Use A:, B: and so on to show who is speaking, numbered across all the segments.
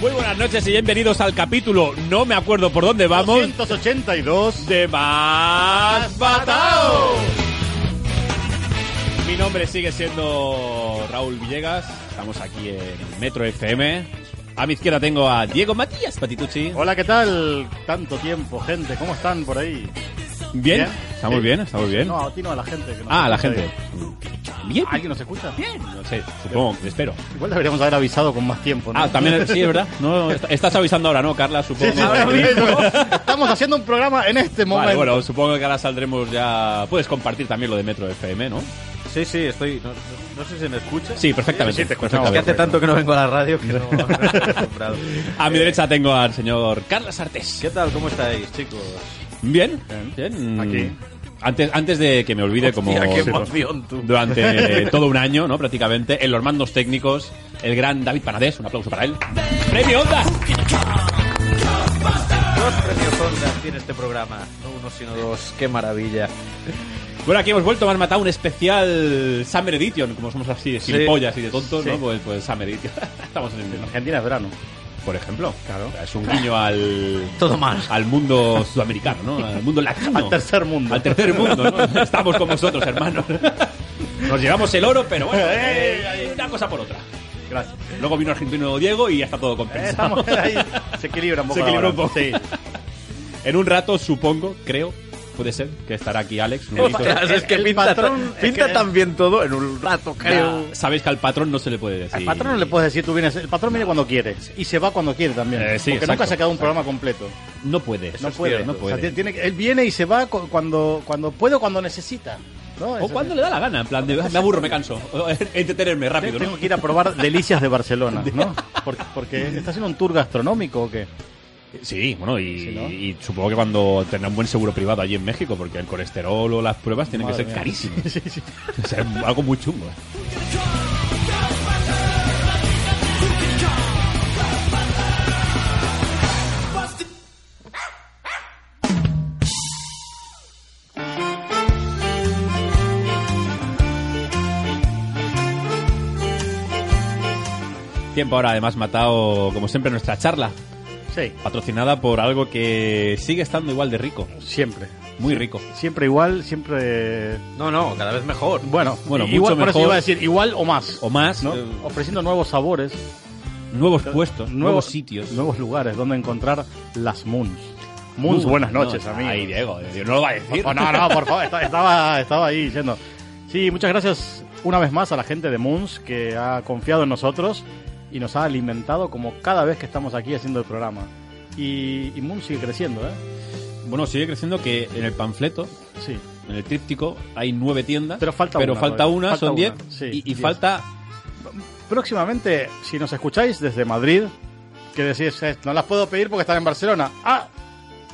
A: Muy buenas noches y bienvenidos al capítulo, no me acuerdo por dónde vamos,
B: 182
A: de Más Batao. Mi nombre sigue siendo Raúl Villegas, estamos aquí en Metro FM. A mi izquierda tengo a Diego Matías Patitucci.
B: Hola, ¿qué tal? Tanto tiempo, gente. ¿Cómo están por ahí?
A: ¿Bien? ¿Estamos
B: Sí.
A: bien? ¿Estamos bien?
B: No, a ti no, a la gente. que nos
A: Ah, la
B: escucha
A: gente.
B: ahí.
A: ¿Bien?
B: ¿Alguien nos escucha?
A: Bien, no sé, supongo, espero.
B: Igual deberíamos haber avisado con más tiempo, ¿no?
A: Ah, también, sí, es verdad. No, est- estás avisando ahora, ¿no, Carla? Supongo.
B: Ahora mismo. Estamos haciendo un programa en este momento.
A: Vale, bueno, supongo que ahora saldremos ya. Puedes compartir también lo de Metro FM, ¿no?
C: Sí, sí, estoy. No, no- no sé si me escucha.
A: Sí, perfectamente.
B: Sí, te escuchamos.
C: Es que hace
A: perfectamente.
C: tanto que no vengo a la radio que no, no me he acostumbrado.
A: A mi derecha tengo al señor Carlos Artes.
C: ¿Qué tal? ¿Cómo estáis, chicos?
A: Bien,
B: Bien.
A: bien. mm,
B: Aquí.
A: Antes, antes de que me olvide, como
C: Hostia, qué
A: Sí,
C: emoción, tú.
A: durante todo un año, ¿no? Prácticamente, en los mandos técnicos, el gran David Panadés, un aplauso para él. ¡Premio Onda!
C: Dos premios Ondas tiene este programa. No uno, sino dos. ¡Qué maravilla!
A: Bueno, aquí hemos vuelto, me han matado un especial Summer Edition, como somos así de
C: Sí.
A: gilipollas y de tontos,
C: Sí.
A: ¿no? Pues, pues Summer Edition. Estamos en el...
B: Argentina es verano.
A: Por ejemplo, claro. es un guiño al...
C: Todo mal.
A: Al mundo sudamericano, ¿no? Al mundo latino.
B: Al tercer mundo.
A: Al tercer mundo, ¿no? Estamos con vosotros, hermanos. Nos llevamos el oro, pero bueno, eh, hay una cosa por otra.
B: Gracias.
A: Luego vino argentino Diego y ya está todo
B: Eh,
A: compensado.
B: estamos ahí. Se equilibra un poco.
A: Se equilibra un
B: ahora.
A: poco.
B: Sí.
A: En un rato, supongo, creo, puede ser que estará aquí Alex. ¿no?
B: Ostras,
C: es que
B: el
C: pinta,
B: patrón-
C: tan- pinta
B: es que-
C: tan bien todo en un rato, creo.
A: Ya Sabéis "Ah, que al patrón no se le puede decir.
B: Al patrón no le puedes decir tú vienes. El patrón viene cuando quiere y se va cuando quiere también.
A: Eh, sí,
B: porque
A: exacto,
B: nunca se ha quedado un
A: exacto.
B: programa completo.
A: No puede.
B: No puede,
C: cierto.
B: no
A: puede.
B: puede. tiene, que- él viene y se va cu- cuando, cuando puede o cuando necesita. ¿no?
A: O
B: Eso-
A: cuando le da la gana, en plan de "Ah, me aburro, me canso. Entretenerme rápido,
B: Tengo
A: ¿no?
B: que ir a probar delicias de Barcelona, ¿no? Porque, porque está haciendo un tour gastronómico o qué.
A: Sí, bueno, y,
B: Sí, ¿no?
A: y supongo que cuando tendrá un buen seguro privado allí en México, porque el colesterol o las pruebas tienen que
B: Madre
A: ser
B: mía.
A: carísimas.
B: Sí, sí.
A: O sea, es algo muy chungo. ¿eh? Tiempo ahora, además, matado, como siempre, nuestra charla,
B: Sí,
A: patrocinada por algo que sigue estando igual de rico,
B: siempre.
A: muy rico.
B: Siempre igual, siempre.
C: No, no, cada vez mejor.
B: Bueno,
A: Bueno,
B: igual,
A: mucho
B: por eso
A: mejor.
B: iba a decir igual o más.
A: O más,
B: ¿no?
A: eh,
B: Ofreciendo nuevos sabores,
A: nuevos puestos, nuevos, sitios.
B: nuevos lugares donde encontrar las Moons. Moons, buenas noches,
A: no,
B: amigos.
A: Ahí, Diego, Diego, no lo va a decir.
B: Oh, no, no, por favor, esta- estaba, estaba ahí yendo. Sí, muchas gracias una vez más a la gente de Moons que ha confiado en nosotros y nos ha alimentado como cada vez que estamos aquí haciendo el programa. Y, y Moons sigue creciendo, ¿eh?
A: Bueno, sigue creciendo que en el panfleto,
B: Sí.
A: en el tríptico, hay nueve tiendas.
B: Pero falta una
A: falta
B: todavía.
A: una,
B: Falta
A: son
B: una,
A: diez.
B: sí,
A: y y
B: diez.
A: falta.
B: Próximamente, si nos escucháis desde Madrid, que decís, "Eh, no las puedo pedir porque están en Barcelona. Ah,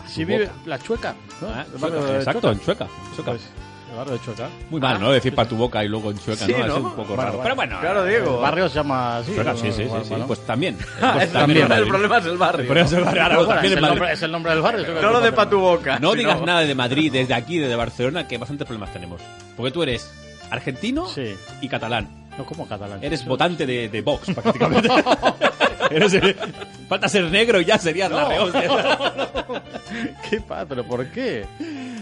B: si
A: Tu
B: vive
A: boca.
B: la Chueca. ¿no?
A: Ah,
B: El
A: Chueca,
B: barrio de
A: exacto, en Chueca. en Chueca.
B: Pues, ah, el barrio de Chueca.
A: Muy mal, ¿no? Decir para tu boca y luego en Chueca,
C: Sí,
A: ¿no? Es
C: ¿no?
A: un poco
B: Bueno,
A: raro.
B: bueno.
A: Pero bueno.
C: Claro,
B: El
C: Diego.
B: barrio se llama así.
A: Chueca, sí, sí, sí.
B: bueno,
A: sí.
B: bueno.
A: Pues también. Pues
C: Ah, Es la
A: en
C: mierda, el
A: Madrid.
C: problema es el barrio.
A: Pero eso es raro,
B: Pero bueno,
A: también
B: es,
A: en
B: el
A: Madrid.
B: nombre, es el nombre del barrio.
C: No lo de pa' tu boca.
A: No
C: si
A: digas nada de Madrid desde aquí, desde Barcelona, que bastantes problemas tenemos. Porque tú eres argentino
B: Sí.
A: y catalán.
B: No como catalán.
A: Eres
B: Yo-
A: votante de, de Vox, prácticamente. Eres, eh, falta ser negro y ya serías la rehostia.
B: ¿Qué pa- ¿Pero por qué?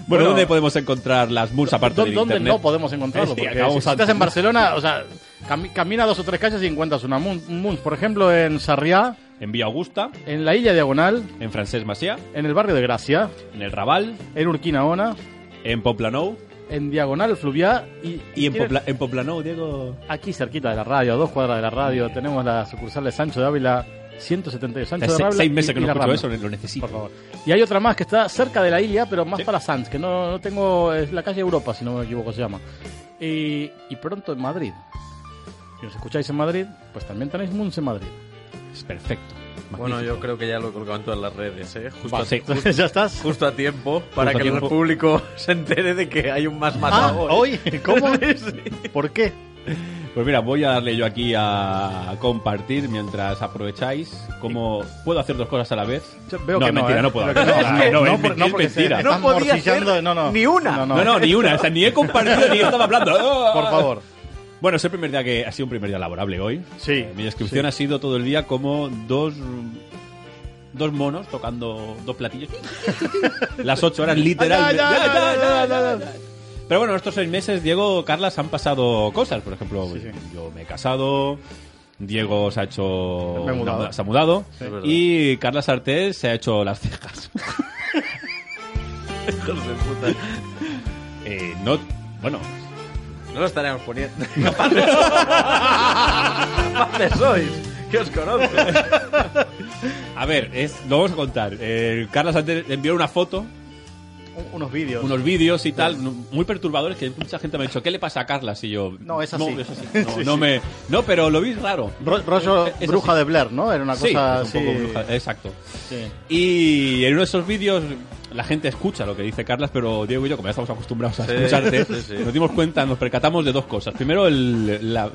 A: Bueno, ¿dónde podemos encontrar las Moons aparte
B: ¿dó-
A: de
B: ¿Dónde
A: internet?
B: no podemos encontrarlo?
A: Sí,
B: Porque
A: acabamos
B: si
A: antes.
B: estás en Barcelona, o sea, cami- camina dos o tres calles y encuentras una Moon. un Moons. Por ejemplo, en Sarriá,
A: En Villa Augusta,
B: en la Isla Diagonal,
A: en Francés Maciá,
B: en el barrio de Gracia,
A: en El Raval,
B: en Urquinaona,
A: en Poplanou.
B: en Diagonal Fluviá y,
A: Y en,
B: tiene-
A: Popla- en Poplanou, Diego...
B: aquí cerquita de la radio, a dos cuadras de la radio, tenemos la sucursal de Sancho de Ávila, 172 Sancho
A: Hace
B: de
A: se-
B: Ávila.
A: seis
B: y-
A: meses que
B: y
A: no
B: la
A: escucho
B: Rambla.
A: eso, lo necesito.
B: Por favor. Y hay otra más que está cerca de la isla, pero más
A: Sí.
B: para Sanz, que no, no tengo. Es la calle Europa, si no me equivoco, se llama. Y, y pronto en Madrid. Si nos escucháis en Madrid, pues también tenéis Moons en Madrid.
A: Es perfecto.
C: Bueno,
A: Magnífico.
C: yo creo que ya lo he colgado en todas las redes, ¿eh? Justo,
A: Va,
C: a,
A: sí.
B: ¿Ya estás?
C: justo a tiempo
A: Justo
C: para
A: a
C: que
A: tiempo.
C: el público se entere de que hay un más
B: Ah,
C: matado.
A: ¿eh?
B: hoy. ¿Cómo?
C: Sí.
B: ¿Por qué?
A: Pues mira, voy a darle yo aquí a compartir mientras aprovecháis cómo puedo hacer dos cosas a la vez.
B: Yo veo
A: no,
B: que no,
A: mentira,
B: ¿eh?
A: no puedo.
B: Veo que no.
A: Ah,
B: Es que
A: no,
B: no,
A: es
B: por-
A: men-
B: no,
A: es
B: porque se-
A: mentira.
B: Estás
C: No podía
B: morcillando-
C: hacer
B: no, no.
C: ni una.
B: No, no.
A: No, no, ni una, o sea, ni he compartido ni yo estaba hablando.
B: Por favor.
A: Bueno, es el primer día que ha sido un primer día laborable hoy.
B: Sí,
A: Eh, mi descripción
B: sí.
A: ha sido todo el día como dos dos monos tocando dos platillos. Las ocho horas literal.
B: Ya, ya, ya, ya, ya, ya.
A: Pero bueno, estos seis meses, Diego, Carlas, han pasado cosas. Por ejemplo,
B: Sí, sí.
A: yo me he casado. Diego se ha hecho.
B: Me he mudado.
A: Se ha mudado.
B: Sí.
A: y Carlas Artés se ha hecho las cejas.
C: Hijos de puta.
A: Eh, no. Bueno,
C: No lo estaremos poniendo. ¿Qué sois? Que os conozco.
A: a ver, es, lo vamos a contar. Eh, Carlas Artés envió una foto
B: Un- Unos vídeos.
A: unos vídeos y tal, muy perturbadores, que mucha gente me ha dicho, ¿qué le pasa a Carla? Y yo,
B: No, es así.
A: No, No,
B: Sí,
A: no
B: sí.
A: me, no pero lo vi raro.
B: Ro- rollo
A: Es así.
B: bruja de Blair, ¿no? Era una
A: Eh, Sí, es
B: cosa
A: un
B: así.
A: poco bruja, exacto.
B: Sí.
A: Y en uno de esos vídeos la gente escucha lo que dice Carlas, pero Diego y yo, como ya estamos acostumbrados a
C: Sí,
A: escucharte,
C: sí, sí.
A: nos dimos cuenta, nos percatamos de dos cosas. Primero, el, la-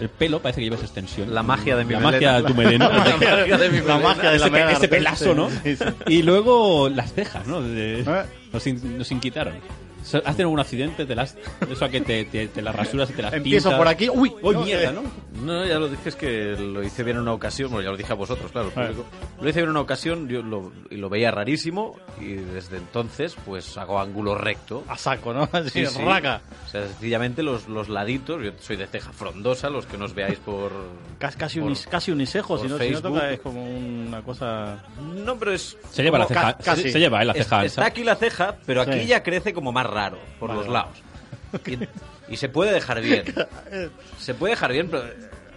A: el pelo, parece que llevas extensión.
C: La magia de mi
A: La
C: melena.
A: magia de tu melena.
C: La magia de mi
B: La
C: melena.
B: magia de
A: Ese
B: la
A: pe-
B: melena
A: ese
B: ardiente.
A: pelazo, ¿no?
B: Sí, sí.
A: Y luego las cejas, ¿no? De-
B: ¿Eh?
A: nos, in- nos inquitaron. So- ¿Has tenido algún accidente? Te las, eso a que te, te- te las rasuras y te las
B: Empiezo
A: pintas.
B: por aquí. Uy,
A: ¡Uy,
B: no,
A: mierda,
B: eh,
A: ¿no?
C: No, ya lo dije, es que lo hice bien en una ocasión, bueno, ya lo dije a vosotros, claro, al
B: A ver.
C: público. Lo hice bien en una ocasión, yo lo, y lo veía rarísimo, y desde entonces, pues hago ángulo recto.
B: A saco, ¿no? Así,
C: Sí, sí.
B: raca.
C: O sea, sencillamente los, los laditos, yo soy de ceja frondosa, los que nos veáis por...
B: Casi, casi,
C: por-
B: unis- casi unisejo, si
C: por
B: no, si no
C: Facebook.
B: toca es como una cosa.
C: No, pero es...
A: Se lleva la
C: como
A: ceja. se,
C: ca-
B: casi.
A: se lleva, ¿eh? La
C: es-
A: ceja
C: está
A: alza.
C: aquí la ceja, pero aquí
B: Sí.
C: ya crece como más raro, por
B: Vale,
C: los
B: vale.
C: lados. Y, y se puede dejar bien. Se puede dejar bien, pero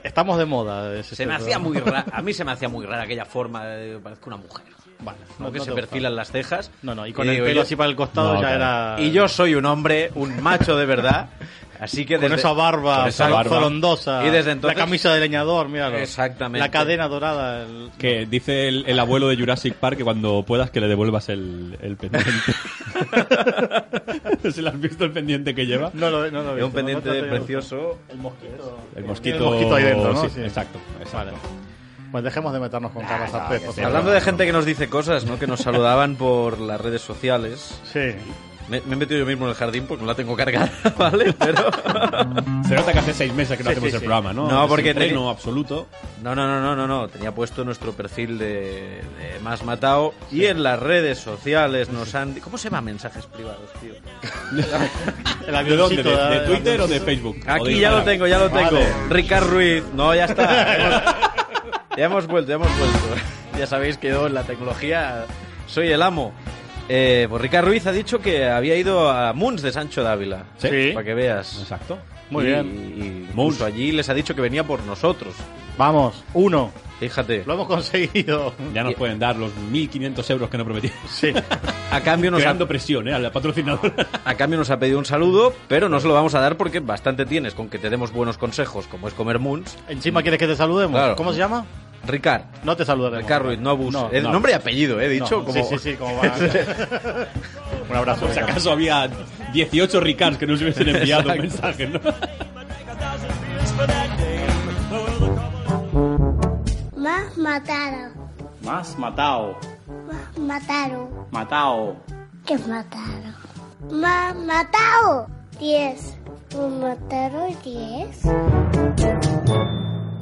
B: Estamos de moda. es
C: se
B: este
C: me hacía
B: programa.
C: muy rara. A mí se me hacía muy rara aquella forma, de, parezco una mujer.
B: Bueno,
C: ¿no? que
B: no
C: se
B: te
C: perfilan las cejas.
B: gusta. No, no, y con el
C: digo,
B: pelo
C: yo-
B: así para el costado
A: No, claro.
B: ya era.
C: y yo soy un hombre, un macho de verdad. Así que
B: Con
C: desde-
B: esa barba,
A: Con esa barba.
B: frondosa.
C: Y desde entonces-
B: La camisa de leñador, míralo.
C: Exactamente.
B: La cadena dorada. el-
A: Que dice el, el abuelo de Jurassic Park que cuando puedas que le devuelvas el, el pendiente. ¿Se le has visto el pendiente que lleva?
B: No lo, no lo he
C: Es
B: visto, no,
C: un
B: no
C: pendiente
B: te digo.
C: precioso.
A: El mosquito.
B: El mosquito ahí dentro, ¿no?
A: Eh, Sí,
B: Sí.
A: Exacto. exacto.
B: Pues dejemos de meternos con Carlos Artés.
A: ya
C: Hablando de gente que nos dice cosas, ¿no? Que nos saludaban por las redes sociales.
B: Sí.
C: Me, me he metido yo mismo en el jardín porque no la tengo cargada, ¿vale? Pero...
A: Se nota que hace seis meses que no
B: Sí,
A: hacemos
B: sí,
A: el
B: sí.
A: programa, ¿no?
C: No, porque
A: Es un freno
C: tenía-
A: absoluto.
C: No, no, no, no, no, no. Tenía puesto nuestro perfil de, de Más Matao y en las redes sociales nos han... ¿Cómo se llama mensajes privados, tío?
B: El
A: ¿De dónde?
B: avioncito. ¿eh?
A: ¿De, de
B: el
A: Twitter o
B: avioncito.
A: de Facebook? O de
C: Aquí ya lo
A: Instagram.
C: tengo, ya lo tengo.
B: Vale.
C: Ricard Ruiz. No, ya está. Hemos- ya hemos vuelto, ya hemos vuelto. Ya sabéis que yo en la tecnología soy el amo. Eh, pues Ricard Ruiz ha dicho que había ido a Muns de Sancho Dávila.
A: Sí.
C: Para que veas.
A: Exacto.
B: Muy
C: Y-
B: bien.
C: Y,
A: Muns.
C: Muns allí les ha dicho que venía por nosotros.
B: Vamos, uno.
C: Fíjate.
B: Lo hemos conseguido.
A: Ya nos pueden dar los 1.500 euros que no prometimos.
B: Sí.
C: A cambio nos ha,
A: Creando presión, ¿eh? Al patrocinador.
C: a cambio nos ha pedido un saludo, pero no se lo vamos a dar porque bastante tienes con que te demos buenos consejos, como es comer Muns.
B: Encima quieres que te saludemos.
C: Claro.
B: ¿Cómo se llama?
C: Ricard.
B: No te saludaremos.
C: Ricard Ruiz, no abuses. Eh,
A: no.
C: Nombre y apellido, eh, he
B: No,
C: dicho.
B: Sí,
C: como...
B: sí, sí, como va. Un abrazo.
A: Por si
B: Ricard.
A: acaso había 18 Ricards que nos hubiesen enviado un mensaje, ¿no?
D: Más matado.
E: Más matao,
D: Más mataron.
E: matao,
D: ¿Qué mataron? Más matado. Diez. Más mataron diez.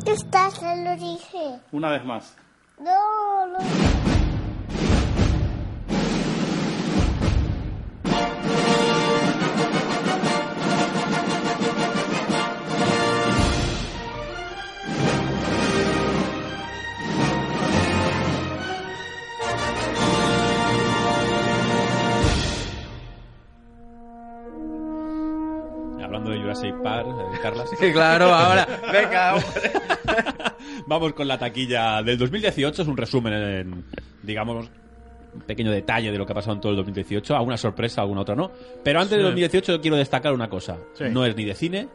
D: Está, se lo dije.
E: una vez más.
D: No, no.
A: Hablando de Jurassic Park, eh, Carlas.
C: Sí, claro, ahora. Venga, hombre.
A: Vamos con la taquilla del 2018. Es un resumen, en, digamos, un pequeño detalle de lo que ha pasado en todo el 2018. Alguna sorpresa, alguna otra no. Pero antes del 2018 yo quiero destacar una cosa.
B: Sí.
A: No es ni de cine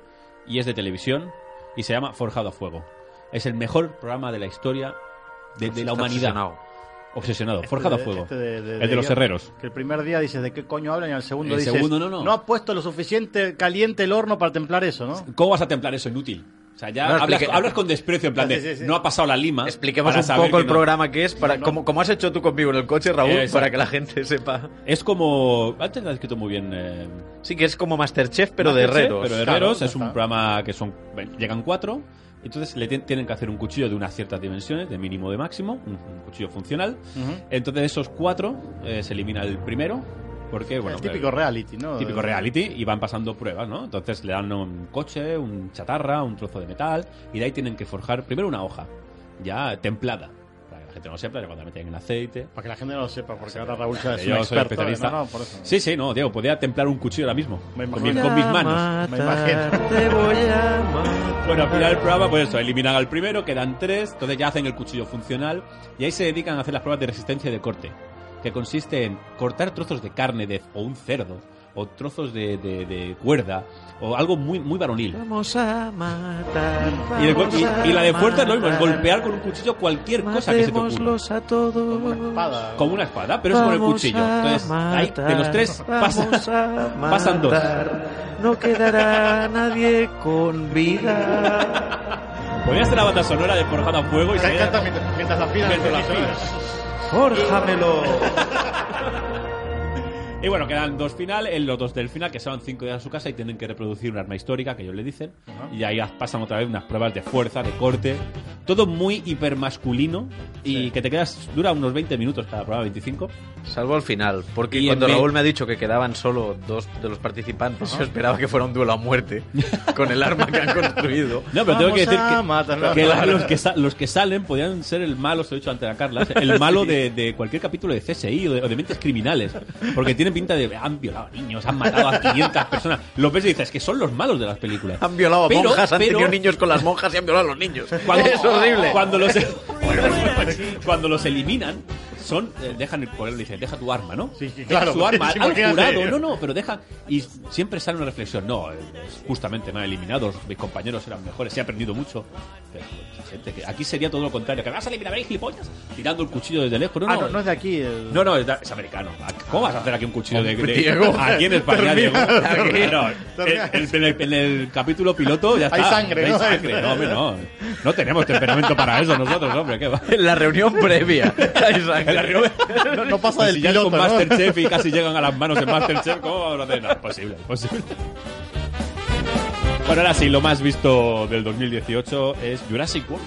A: y es de televisión. y se llama Forjado a Fuego. Es el mejor programa de la historia de, de la
C: Está
A: humanidad.
C: obsesionado.
A: Obsesionado,
B: Este
A: Forjado
B: de-
A: a Fuego.
B: este de- de-
A: el
B: de
A: de, los
B: guión.
A: herreros.
B: Que el primer día dices de qué coño hablan y al segundo
A: El
B: dices.
A: segundo, no, no.
B: has puesto lo suficiente caliente el horno para templar eso, ¿no?
A: ¿Cómo vas a templar eso inútil? O sea, ya
C: No,
A: hablas,
C: explique- Ah,
A: hablas con desprecio, en plan de
B: Sí, sí, sí.
A: no ha pasado la lima.
C: Expliquemos
A: Ah, para
C: un
A: saber
C: poco
A: que
C: el
A: no-
C: programa que es, para, Como, como has hecho tú conmigo en el coche, Raúl,
A: Exacto.
C: para que la gente sepa.
A: Es como. Antes lo has escrito muy bien. eh,
C: Sí, que es como Masterchef, pero de
A: Masterchef,
C: herreros.
A: Pero de herreros
B: Claro,
A: es un
B: ya está.
A: programa que son bueno, llegan cuatro. Entonces le tien- tienen que hacer un cuchillo de unas ciertas dimensiones, de mínimo de máximo, un, un cuchillo funcional. Entonces esos cuatro eh, se elimina el primero, porque bueno,
B: el típico
A: el-
B: reality, ¿no?
A: típico reality y van pasando pruebas, ¿no? Entonces le dan un coche, un chatarra, un trozo de metal y de ahí tienen que forjar primero una hoja ya templada para que la gente no lo sepa, cuando la meten en aceite.
B: Para que la gente no lo sepa, porque ahora Raúl ya es
A: Yo
B: un
A: soy
B: experto.
A: especialista.
B: No, no, por eso.
A: Sí, sí, no, Diego, podía templar un cuchillo ahora mismo
B: Me
A: con mis-
B: imagino.
A: con mis manos.
B: Me imagino.
C: Te voy a matar.
A: Bueno, al final del programa, pues eso, eliminan al primero, quedan tres, entonces ya hacen el cuchillo funcional y ahí se dedican a hacer las pruebas de resistencia y de corte, que consiste en cortar trozos de carne de, o un cerdo, o trozos de, de- de cuerda, o algo muy, muy varonil.
C: Vamos a matar.
A: Y, de cu-
C: vamos a
A: y- y la de fuerza es lo mismo, es
C: matar.
A: golpear con un cuchillo cualquier cosa que se te ocurra.
C: Matémoslos a todos.
B: Como una espada.
A: Con una espada, pero es con el
C: Vamos
A: cuchillo.
C: a
A: Entonces, ahí, de los tres,
C: matar,
A: pasan,
C: vamos a
A: pasan dos.
C: matar. No quedará nadie con vida.
A: Podría ser Pues la banda sonora de Forjado a Fuego y
B: Me
A: se
B: encanta mientras, mientras afilan
A: Mientras
B: las
A: afilan.
B: peticiones.
C: Fórjamelo.
A: Y bueno, quedan dos finales, los dos del final, que se van cinco días a su casa y tienen que reproducir un arma histórica que ellos le dicen.
B: Ajá.
A: Y ahí pasan otra vez unas pruebas de fuerza, de corte. Todo muy hipermasculino y
B: Sí.
A: que te quedas. Dura unos 20 minutos cada prueba, 25.
C: Salvo al final, porque
A: Y
C: cuando
A: en vez-
C: Raúl me ha dicho que quedaban solo dos de los participantes, yo esperaba que fuera un duelo a muerte con el arma que han construido.
A: No, pero tengo que
B: Vamos
A: decir
B: a
A: que.
B: matarlo.
A: que la- los, que sa- los que salen podían ser el malo, se lo he dicho antes a Carla, ¿eh? el malo de, de cualquier capítulo de CSI o de, o de mentes criminales. Porque tienen pinta de han violado a niños, han matado a 500 personas. Lo ves y dices, que son los malos de las películas.
C: Han violado a
A: Pero-
C: monjas, han
A: pero-
C: tenido niños con las monjas y han violado a los niños.
A: Cuando,
C: es horrible.
A: Cuando los, cuando los eliminan, son eh, dejan el poder, dice, deja tu arma, ¿no?
B: Sí, sí,
A: Deja
B: claro,
A: tu arma
B: sí,
A: al
B: imagínate.
A: jurado, no, no, pero deja. Y siempre sale una reflexión, no, eh, justamente me han eliminado, mis compañeros eran mejores, he aprendido mucho. Pero, pues, gente que- Aquí sería todo lo contrario, que me vas a eliminar, ¿veis, gilipollas? Tirando el cuchillo desde lejos, no,
B: Ah,
A: no.
B: no, no es de aquí. el-
A: No, no, es, es americano. ¿Cómo vas a hacer aquí un cuchillo de, de-
C: Diego.
A: Aquí en España, Diego.
B: Termina,
A: Aquí,
B: termina.
A: no. En, en el, en el capítulo piloto ya está.
B: Hay sangre,
A: Hay
B: ¿no?
A: sangre. No, hombre, no. No tenemos temperamento para eso nosotros, hombre. ¿Qué va?
C: En la reunión previa. Hay sangre.
A: En la reunión-
B: No- no pasa
A: Pues
B: del
A: si ya
B: piloto,
A: con
B: ¿no?
A: Masterchef y casi llegan a las manos en Masterchef, ¿cómo vamos a hacer? No, imposible, imposible. Bueno, ahora sí, lo más visto del 2018 es Jurassic World,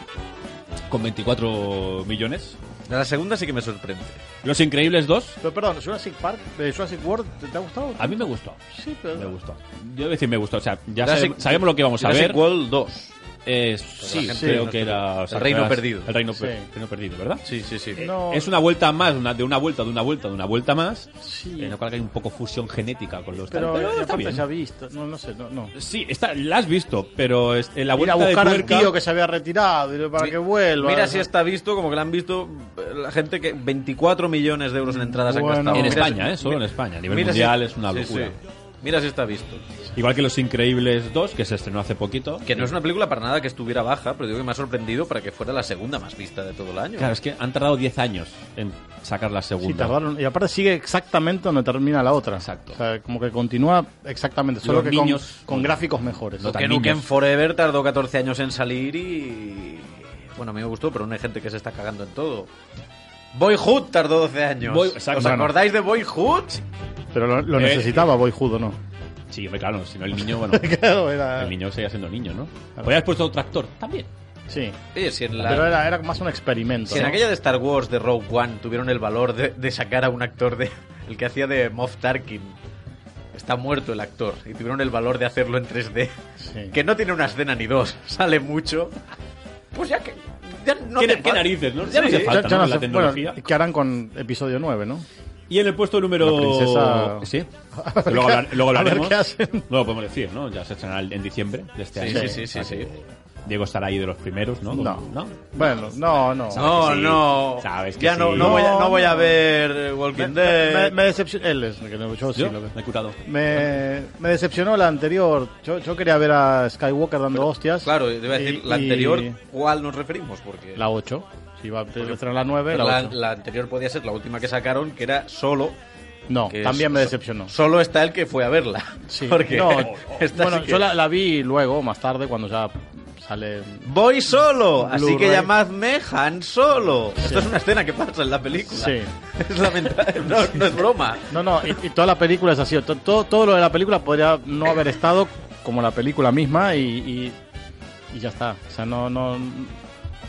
A: con 24 millones.
C: La segunda sí que me sorprende.
A: Los Increíbles 2,
B: Pero perdón, Jurassic Park, eh, Jurassic World, ¿te, te ha gustado?
A: a mí me gustó.
B: Sí, pero.
A: Ah, Me gustó. Yo voy a decir me gustó. O sea, ya
C: Jurassic-
A: sabe- sabemos lo que vamos a
C: Jurassic
A: ver.
C: World 2.
A: Eh, sí,
C: gente
A: creo
C: no
A: que
C: sé.
A: era... o
C: El Reino
A: que era-
C: Perdido.
A: El reino, per-
B: Sí.
A: Reino perdido, ¿verdad?
C: Sí, sí, sí.
B: Eh, No,
A: Es una vuelta más, una, de una vuelta, de una vuelta, de una vuelta más.
B: Sí.
A: En la cual hay un poco fusión genética con los...
B: Pero,
A: tal,
B: pero
A: Eh, está bien.
B: ya visto. No, no sé, no. no.
A: Sí, está, la has visto, pero es- en la
B: Ir
A: vuelta
B: a buscar
A: de
B: al
A: tuerca...
B: tío que se había retirado y lo- para que vuelva.
C: Mira si está visto, como que la han visto eh, la gente que 24 millones de euros en entradas
B: Bueno.
C: han gastado.
A: En
C: Mira
A: España,
C: si-
A: ¿eh? Solo en España. A nivel
C: mira si-
A: mundial es una
C: sí,
A: locura.
C: sí. Mira si está visto.
A: Igual que Los Increíbles 2, que se estrenó hace poquito.
C: Que no es una película para nada que estuviera baja, pero digo que me ha sorprendido para que fuera la segunda más vista de todo el año.
A: Claro, es que han tardado 10 años en sacar la
B: Sí,
A: segunda.
B: tardaron. Y aparte sigue exactamente donde termina la otra.
A: Exacto.
B: O sea, como que continúa exactamente, solo
A: Los
B: que con-
A: niños-
B: con, gráficos mejores.
A: No
C: Que
A: tan
C: Nukem
A: niños.
C: Forever tardó 14 años en salir y... Bueno, a mí me gustó, pero no hay gente que se está cagando en todo. Boyhood tardó 12 años.
A: Boy-
C: ¿Os
A: exacto. Bueno.
C: acordáis de Boyhood?
B: Pero lo, lo
A: Eh.
B: necesitaba Boy Judo, ¿no?
A: Sí, hombre, claro, si no el niño, bueno...
B: Claro, era.
A: El niño seguía siendo niño, ¿no? Habías puesto otro actor también.
B: Sí.
C: Oye, si en la-
B: Pero era, era más un experimento.
C: Si en
B: ¿no?
C: aquella de Star Wars de Rogue One tuvieron el valor de, de sacar a un actor de el que hacía de Moff Tarkin. Está muerto el actor y tuvieron el valor de hacerlo en 3D,
B: Sí.
C: que no tiene una escena ni dos, sale mucho. Pues ya que ya no
A: ¿Qué,
C: te
A: qué
C: fal-
A: narices, no? Ya
C: Sí.
A: no hace
C: Ya-
A: falta,
B: Ya- ya
A: ¿no?
B: no
A: La
B: sé,
A: tecnología.
B: bueno, ¿qué harán con episodio 9, no?
A: Y en el puesto número...
B: La princesa-
A: Sí. Luego, hablar- luego
B: A ver
A: hablaremos.
B: qué hacen.
A: No lo podemos decir, ¿no? Ya se estrenará en diciembre de este
C: Sí,
A: año.
C: sí, sí, sí,
A: O sea que-
C: sí.
A: Diego estará ahí de los primeros, ¿no?
B: No.
A: ¿No?
B: Bueno, no, no.
A: Sabes
C: No,
A: que sí.
C: no.
A: Sabes que
C: ya no,
A: sí.
C: no, voy a, no voy a
B: No,
C: ver eh,
B: Me,
C: Walking
B: me,
C: Dead.
B: me decepcionó. Él es, que no, yo sí
A: ¿Yo?
B: lo veo.
A: Me he curado.
B: Me, me decepcionó la anterior. Yo, yo quería ver a Skywalker dando hostias.
C: Claro, te iba a decir,
B: Y-
C: la anterior,
B: y
C: ¿cuál nos referimos? Porque
B: La 8. Si iba a estrenar la 9, la,
C: la,
B: 8.
C: la anterior podía ser la última que sacaron, que era solo.
B: no,
C: que
B: también
C: es-
B: me decepcionó.
C: Solo está el que fue a verla.
B: Sí.
C: Porque
B: No,
C: esta
B: bueno,
C: sí que-
B: yo la, la vi luego, más tarde, cuando ya sale.
C: Voy solo, así que
B: Blu-ray.
C: llamadme Han Solo. Esto es una escena que pasa en la película.
B: Sí.
C: Es lamentable, no, no es broma.
B: No, no, y, y toda la película es así. To- Todo, todo lo de la película podría no haber estado como la película misma y, y, y ya está. O sea, no. no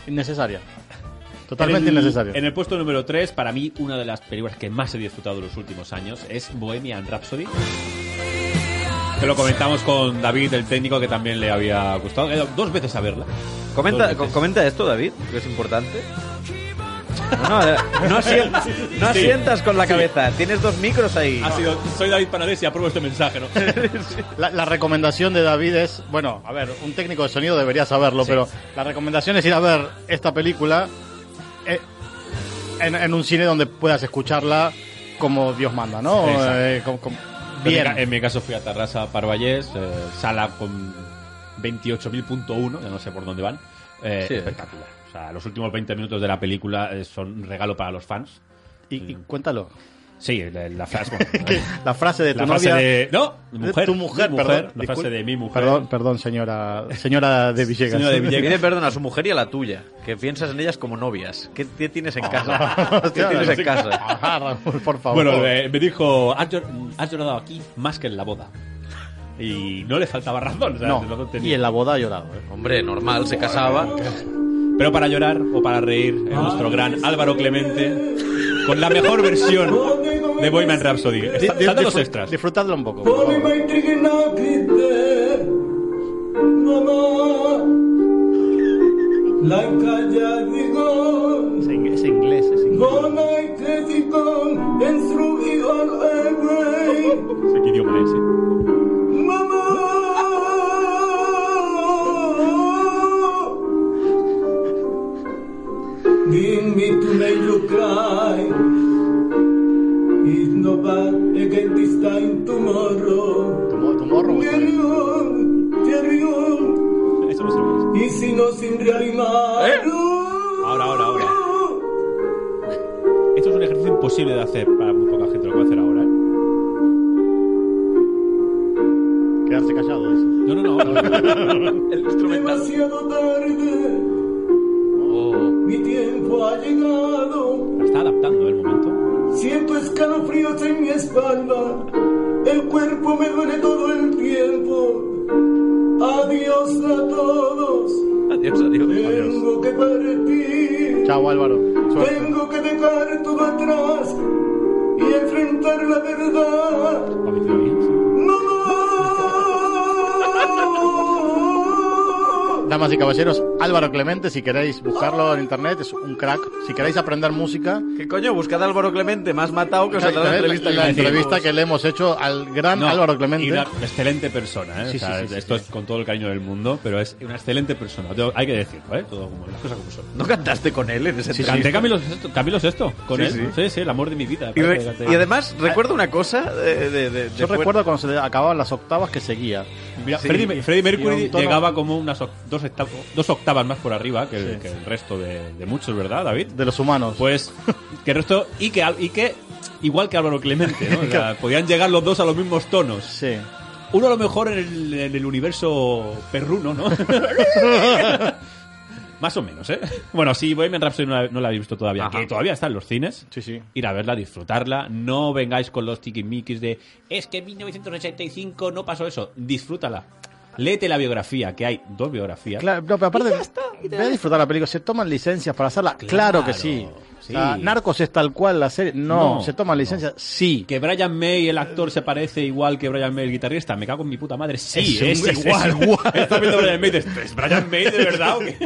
B: innecesaria. Totalmente
A: En el-
B: innecesaria.
A: En el puesto número 3, para mí, una de las películas que más he disfrutado en los últimos años es Bohemian Rhapsody. Que lo comentamos con David, el técnico, que también le había gustado. He ido dos veces a verla.
C: Comenta,
A: Dos veces.
C: co- comenta esto, David, que es importante. No, no, no asientas, no
A: Sí.
C: asientas con la cabeza. Tienes dos micros ahí.
A: Ha sido, soy David Panales y apruebo este mensaje, ¿no?
B: La, la recomendación de David es, bueno, a ver, un técnico de sonido debería saberlo, pero la recomendación es ir a ver esta película eh, en, en un cine donde puedas escucharla como Dios manda, ¿no?
A: Exacto. eh,
B: Eh, como- como-
A: Bien.
B: bien.
A: En mi caso fui a Tarrasa Parvallés, eh, sala con 28.000.1, ya no sé por dónde van. Eh,
C: Sí.
A: Espectacular. O sea, los últimos 20 minutos de la película eh, son un regalo para los fans.
B: Y, y cuéntalo.
A: Sí, la, la frase. bueno,
B: La frase de tu
A: la frase
B: novia.
A: de. No, mi
B: de
A: mujer.
B: tu mujer,
A: mi
B: perdón.
A: La frase
B: disculpe.
A: de mi mujer.
B: Perdón, perdón, señora, señora de Villegas.
A: Señora de
C: Que
A: Villegas.
C: Pide perdón a su mujer y a la tuya, que piensas en ellas como novias. ¿Qué, qué tienes en casa? ¿Qué
B: Hostia,
C: tienes en
B: sí.
C: casa?
B: Ajá, Ah, Raúl, por favor.
A: Bueno, eh, me dijo, has, llor- has llorado aquí más que en la boda. Y no le faltaba razón. o sea,
B: no.
A: razón tenía.
B: Y en la boda ha llorado, ¿eh?
C: Hombre, normal, se casaba.
A: Pero para llorar o para reír, es nuestro gran Álvaro Clemente con la mejor versión de Bohemian Rhapsody. Está-
B: Di- di-
A: Están los
B: disfrut-
A: extras.
B: Disfrutadlo un poco. por favor. Este
A: No sé qué idioma es, eh.
F: Being me to make you cry is no bad again this time tomorrow.
B: Tu, mo- tu morro. eh. güey.
F: Carry on, carry on,
A: Eso no sé lo
F: y si no sin realimar.
A: ¿Eh? Ahora, ahora, ahora. que es. Esto es un ejercicio imposible de hacer para muy poca gente lo que va a hacer ahora. ¿eh?
B: Quedarse callado. eh. dice.
A: No, no, no. no.
C: El instrumental.
F: Demasiado tarde, mi tiempo ha llegado.
A: La está adaptando ¿eh? el momento.
F: Siento escalofríos en mi espalda, el cuerpo me duele todo el tiempo. Adiós a todos,
C: Adiós, adiós.
F: tengo que partir,
B: Chao, Álvaro. Suerte.
F: tengo que dejar todo atrás y enfrentar la verdad.
A: Lo ha metido bien, sí.
F: No,
B: Damas y caballeros, Álvaro Clemente, si queréis buscarlo en internet, es un crack. Si queréis aprender música,
C: ¿Qué coño? Buscad a Álvaro Clemente, más matado que os
B: la,
C: saldrá la entrevista. que
B: la
C: le hicimos.
B: entrevista que le hemos hecho al gran
A: No,
B: Álvaro
A: Y
B: Clemente.
A: una excelente persona, ¿eh?
B: Sí,
A: O sea,
B: sí, sí,
A: esto
B: sí,
A: es con todo el cariño del mundo, pero es una excelente persona. Tengo- Hay que decirlo, ¿eh? Todo como, las cosas como son.
C: ¿No cantaste con él en ese
B: Sí, sí.
A: Canté Camilo Sesto, Camilo Sesto con
C: Sí,
A: él.
C: sí.
A: Sí. sí, el amor de mi vida.
C: Y, re-
A: Canté-
C: y además, recuerdo una cosa de, de- de- de
B: Yo
C: fuera-
B: recuerdo cuando se le acababan las octavas que seguía.
A: Mira,
C: Sí.
A: Freddie, Freddie
B: Y
A: Mercury
B: un tono-
A: llegaba como unas oc- dos, octa- dos octavas más por arriba que, el, que el resto de, de muchos, ¿verdad, David?
B: De los humanos.
A: Pues que el resto y que al- y que igual que Álvaro Clemente, ¿no? O sea, podían llegar los dos a los mismos tonos.
B: Sí.
A: Uno a lo mejor en el, en el universo perruno, ¿no? Más o menos, ¿eh? Bueno, sí, Bohemian Rhapsody no la, no la habéis visto todavía,
C: Ajá.
A: que todavía está en los cines.
B: Sí, sí.
A: ir a verla, disfrutarla. No vengáis con los tiquimiquis de es que en 1985 no pasó eso. Disfrútala. Léete la biografía, que hay dos biografías.
B: Claro, no, pero aparte, ve a disfrutar la película. ¿Se toman licencias para hacerla? Claro,
A: Claro,
B: que
A: sí.
B: sí. O sea, ¿Narcos es tal cual la serie? No.
A: No,
B: ¿Se toman
A: no.
B: licencias? Sí.
A: Que Brian May, el actor, se parece igual que Brian May, el guitarrista. Me cago en mi puta madre. Sí,
B: Es
A: es,
B: un- es
A: igual.
B: igual.
A: Está viendo a Brian May. y dices, ¿Es Brian May de verdad? ¿o qué?".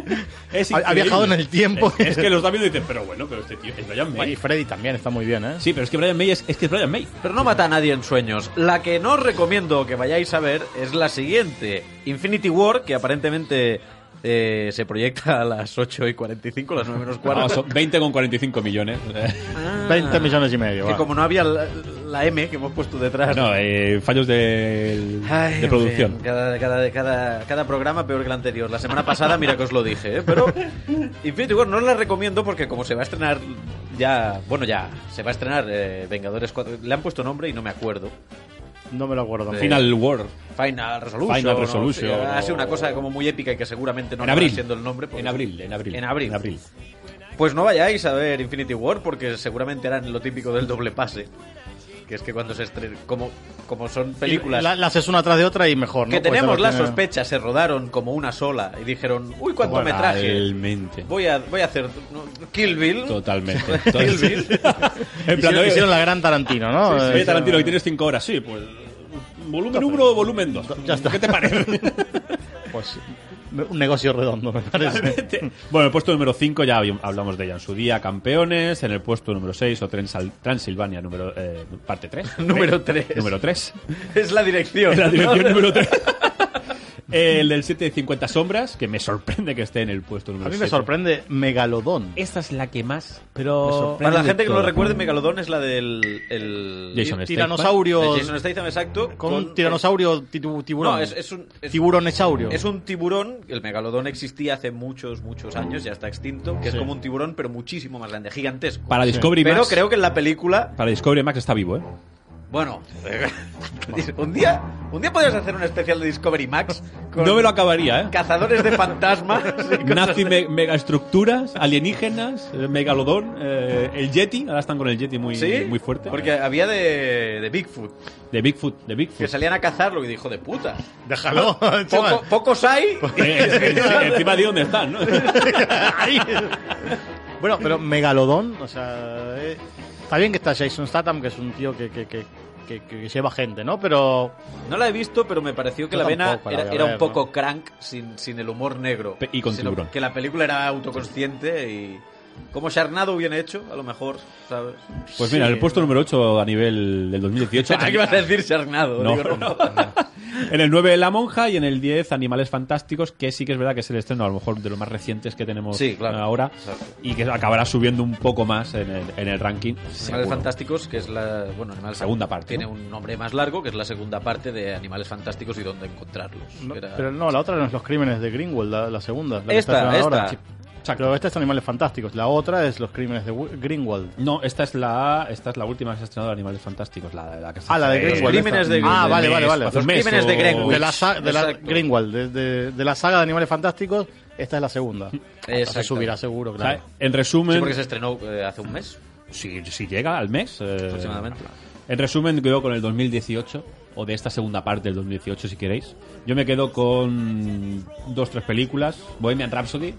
A: Es
B: Ha- ha
A: increíble.
B: viajado en el tiempo.
A: Es, es que los está viendo y dicen, pero bueno, pero este tío es Brian
B: Bueno, y
A: May.
B: Freddy también está muy bien, ¿eh?
A: Sí, pero es que Brian May es, es que es Brian May.
C: Pero no mata a nadie en sueños. La que no os recomiendo que vayáis a ver es la siguiente. Infinity War, que aparentemente eh, se proyecta a las 8 y 45, las 9 menos cuarto.
A: No, son 20 con 45 millones.
B: 20 millones y medio.
C: Ah. Que
B: va.
C: como no había la, la M que hemos puesto detrás.
A: No, eh, fallos de,
C: Ay,
A: de
C: en
A: producción.
C: fin, cada, cada, cada, cada programa peor que el anterior. La semana pasada, mira que os lo dije, ¿eh? pero Infinity War no la recomiendo porque como se va a estrenar ya, bueno ya, se va a estrenar eh, Vengadores 4, le han puesto nombre y no me acuerdo.
B: No me lo acuerdo.
C: Sí.
A: Final War.
C: Final Resolution.
A: Final
C: ¿no?
A: Resolution,
C: Sí, ha sido
A: o-
C: una cosa como muy épica y que seguramente no
A: En
C: acaba
A: abril.
C: siendo el nombre. porque-
A: En abril, en abril.
C: En abril. Pues no vayáis a ver Infinity War porque seguramente harán lo típico del doble pase. Que es que cuando se estrena, como, como son películas...
B: La- las es una tras de otra y mejor, ¿no?
A: pues,
C: Que
B: Porque
C: tenemos
B: se
C: la
B: las tiene-
C: sospecha, se rodaron como una sola y dijeron, uy, cuánto
B: Bueno,
C: metraje.
A: Realmente.
C: Voy a, voy a hacer no, Kill Bill.
A: Totalmente.
C: Kill Bill.
A: en plan,
B: Hicieron,
A: oye,
B: hicieron la gran Tarantino, ¿no? Eh,
A: oye,
B: Hicieron-
A: Tarantino, que tienes 5 horas. Sí, pues. Volumen 1 o volumen 2.
B: Ya está.
A: ¿Qué te parece?
B: Pues me- un negocio redondo, me parece.
A: Te- bueno, el puesto número 5 ya habi- hablamos de ella en su día, campeones. En el puesto número 6 o Transal- Transilvania, número, eh, parte 3.
C: Número tres.
A: eh, Número 3.
C: es la dirección.
A: En la dirección
C: ¿no?
A: número 3. El del 7 de 50 sombras, que me sorprende que esté en el puesto número
B: A
A: 7.
B: mí me sorprende Megalodón.
A: Esta es la que más, pero...
C: Para la gente que no lo recuerde, Megalodón es la del el-
A: Jason
C: el-
A: Statham.
B: Eh, Tiranosaurio.
C: de Eh, Jason Statham, exacto.
B: Con un tiranosaurio titu- tiburón.
C: No, es, es un. es-
B: Tiburonesaurio.
C: Es un tiburón, el megalodón existía hace muchos, muchos años, ya está extinto, que
B: Sí.
C: es como un tiburón, pero muchísimo más grande, gigantesco.
A: Para Discovery
C: pero
A: Max...
C: creo que en la película
A: Para Discovery Max está vivo, ¿eh?
C: Bueno, un día, un día podrías hacer un especial de Discovery Max con
A: No me lo acabaría, ¿eh?
C: cazadores de fantasmas. y cosas
A: Nazi
C: de-
A: me- megaestructuras, alienígenas, eh, megalodón, eh, el Yeti, ahora están con el Yeti muy,
C: ¿Sí?
A: muy fuerte.
C: Porque había de, de Bigfoot
A: De Bigfoot, de
C: que
A: Bigfoot.
C: salían a cazarlo y dijo de puta.
B: Déjalo,
C: Poco,
B: chaval.
C: pocos hay.
A: Eh, eh, encima de dónde están, ¿no?
B: Ahí. bueno, pero Megalodón, o sea, eh, está bien que está Jason Statham, que es un tío que, que, que, que- que lleva gente, ¿no? Pero
C: No la he visto, pero me pareció que
B: Yo
C: la vena
B: tampoco la
C: era,
B: voy a
C: era
B: ver,
C: un poco crank sin, sin el humor negro.
A: Pe- y con
C: Sino
A: tiburón.
C: Que la película era autoconsciente y como charnado bien hecho, a lo mejor, ¿sabes?
A: Pues mira,
B: Sí.
A: en el puesto número 8 a nivel del 2018.
C: Pensaba que ibas a decir charnado.
A: No,
C: digo, no, no.
A: en el 9 La Monja y en el 10 Animales Fantásticos, que sí que es verdad que es el estreno a lo mejor de los más recientes que tenemos
C: Sí, claro.
A: ahora
C: Exacto.
A: y que acabará subiendo un poco más en el, en el ranking.
C: Animales
A: seguro.
C: Fantásticos, que es la bueno, Animales
A: Segunda parte,
C: Tiene
A: ¿no?
C: un nombre más largo, que es la segunda parte de Animales Fantásticos y dónde encontrarlos.
B: no,
C: que era-
B: pero no, la otra no es Los Crímenes de Greenwald, la, la segunda. La que
C: Esta,
B: está estrenando
C: esta.
B: ahora.
A: Exacto.
B: Pero esta es Animales Fantásticos, la otra es Los Crímenes de Wi- Greenwald.
A: No, esta es la esta es la última que se ha estrenado de Animales Fantásticos, la, la que se
B: Ah, la de
A: eh,
B: Greenwald.
C: Los Crímenes
B: esta.
C: de
B: Ah,
C: Greenwald.
B: vale, vale, vale.
A: Mes,
C: Los
A: un mes
C: Crímenes de
A: o-
C: Greenwich.
B: De la, sa- de la-
C: Exacto.
B: Greenwald, de, de- de la saga de Animales Fantásticos, esta es la segunda. Se
C: Mm, Exacto.
B: subirá seguro,
A: O sea,
B: claro.
A: en
C: Sí,
A: resumen,
C: porque se estrenó eh, hace un mes,
A: si, si llega al mes, eh,
C: aproximadamente.
A: En resumen, quedo con el 2018 o de esta segunda parte del 2018 si queréis. Yo me quedo con dos tres películas, Bohemian Rhapsody,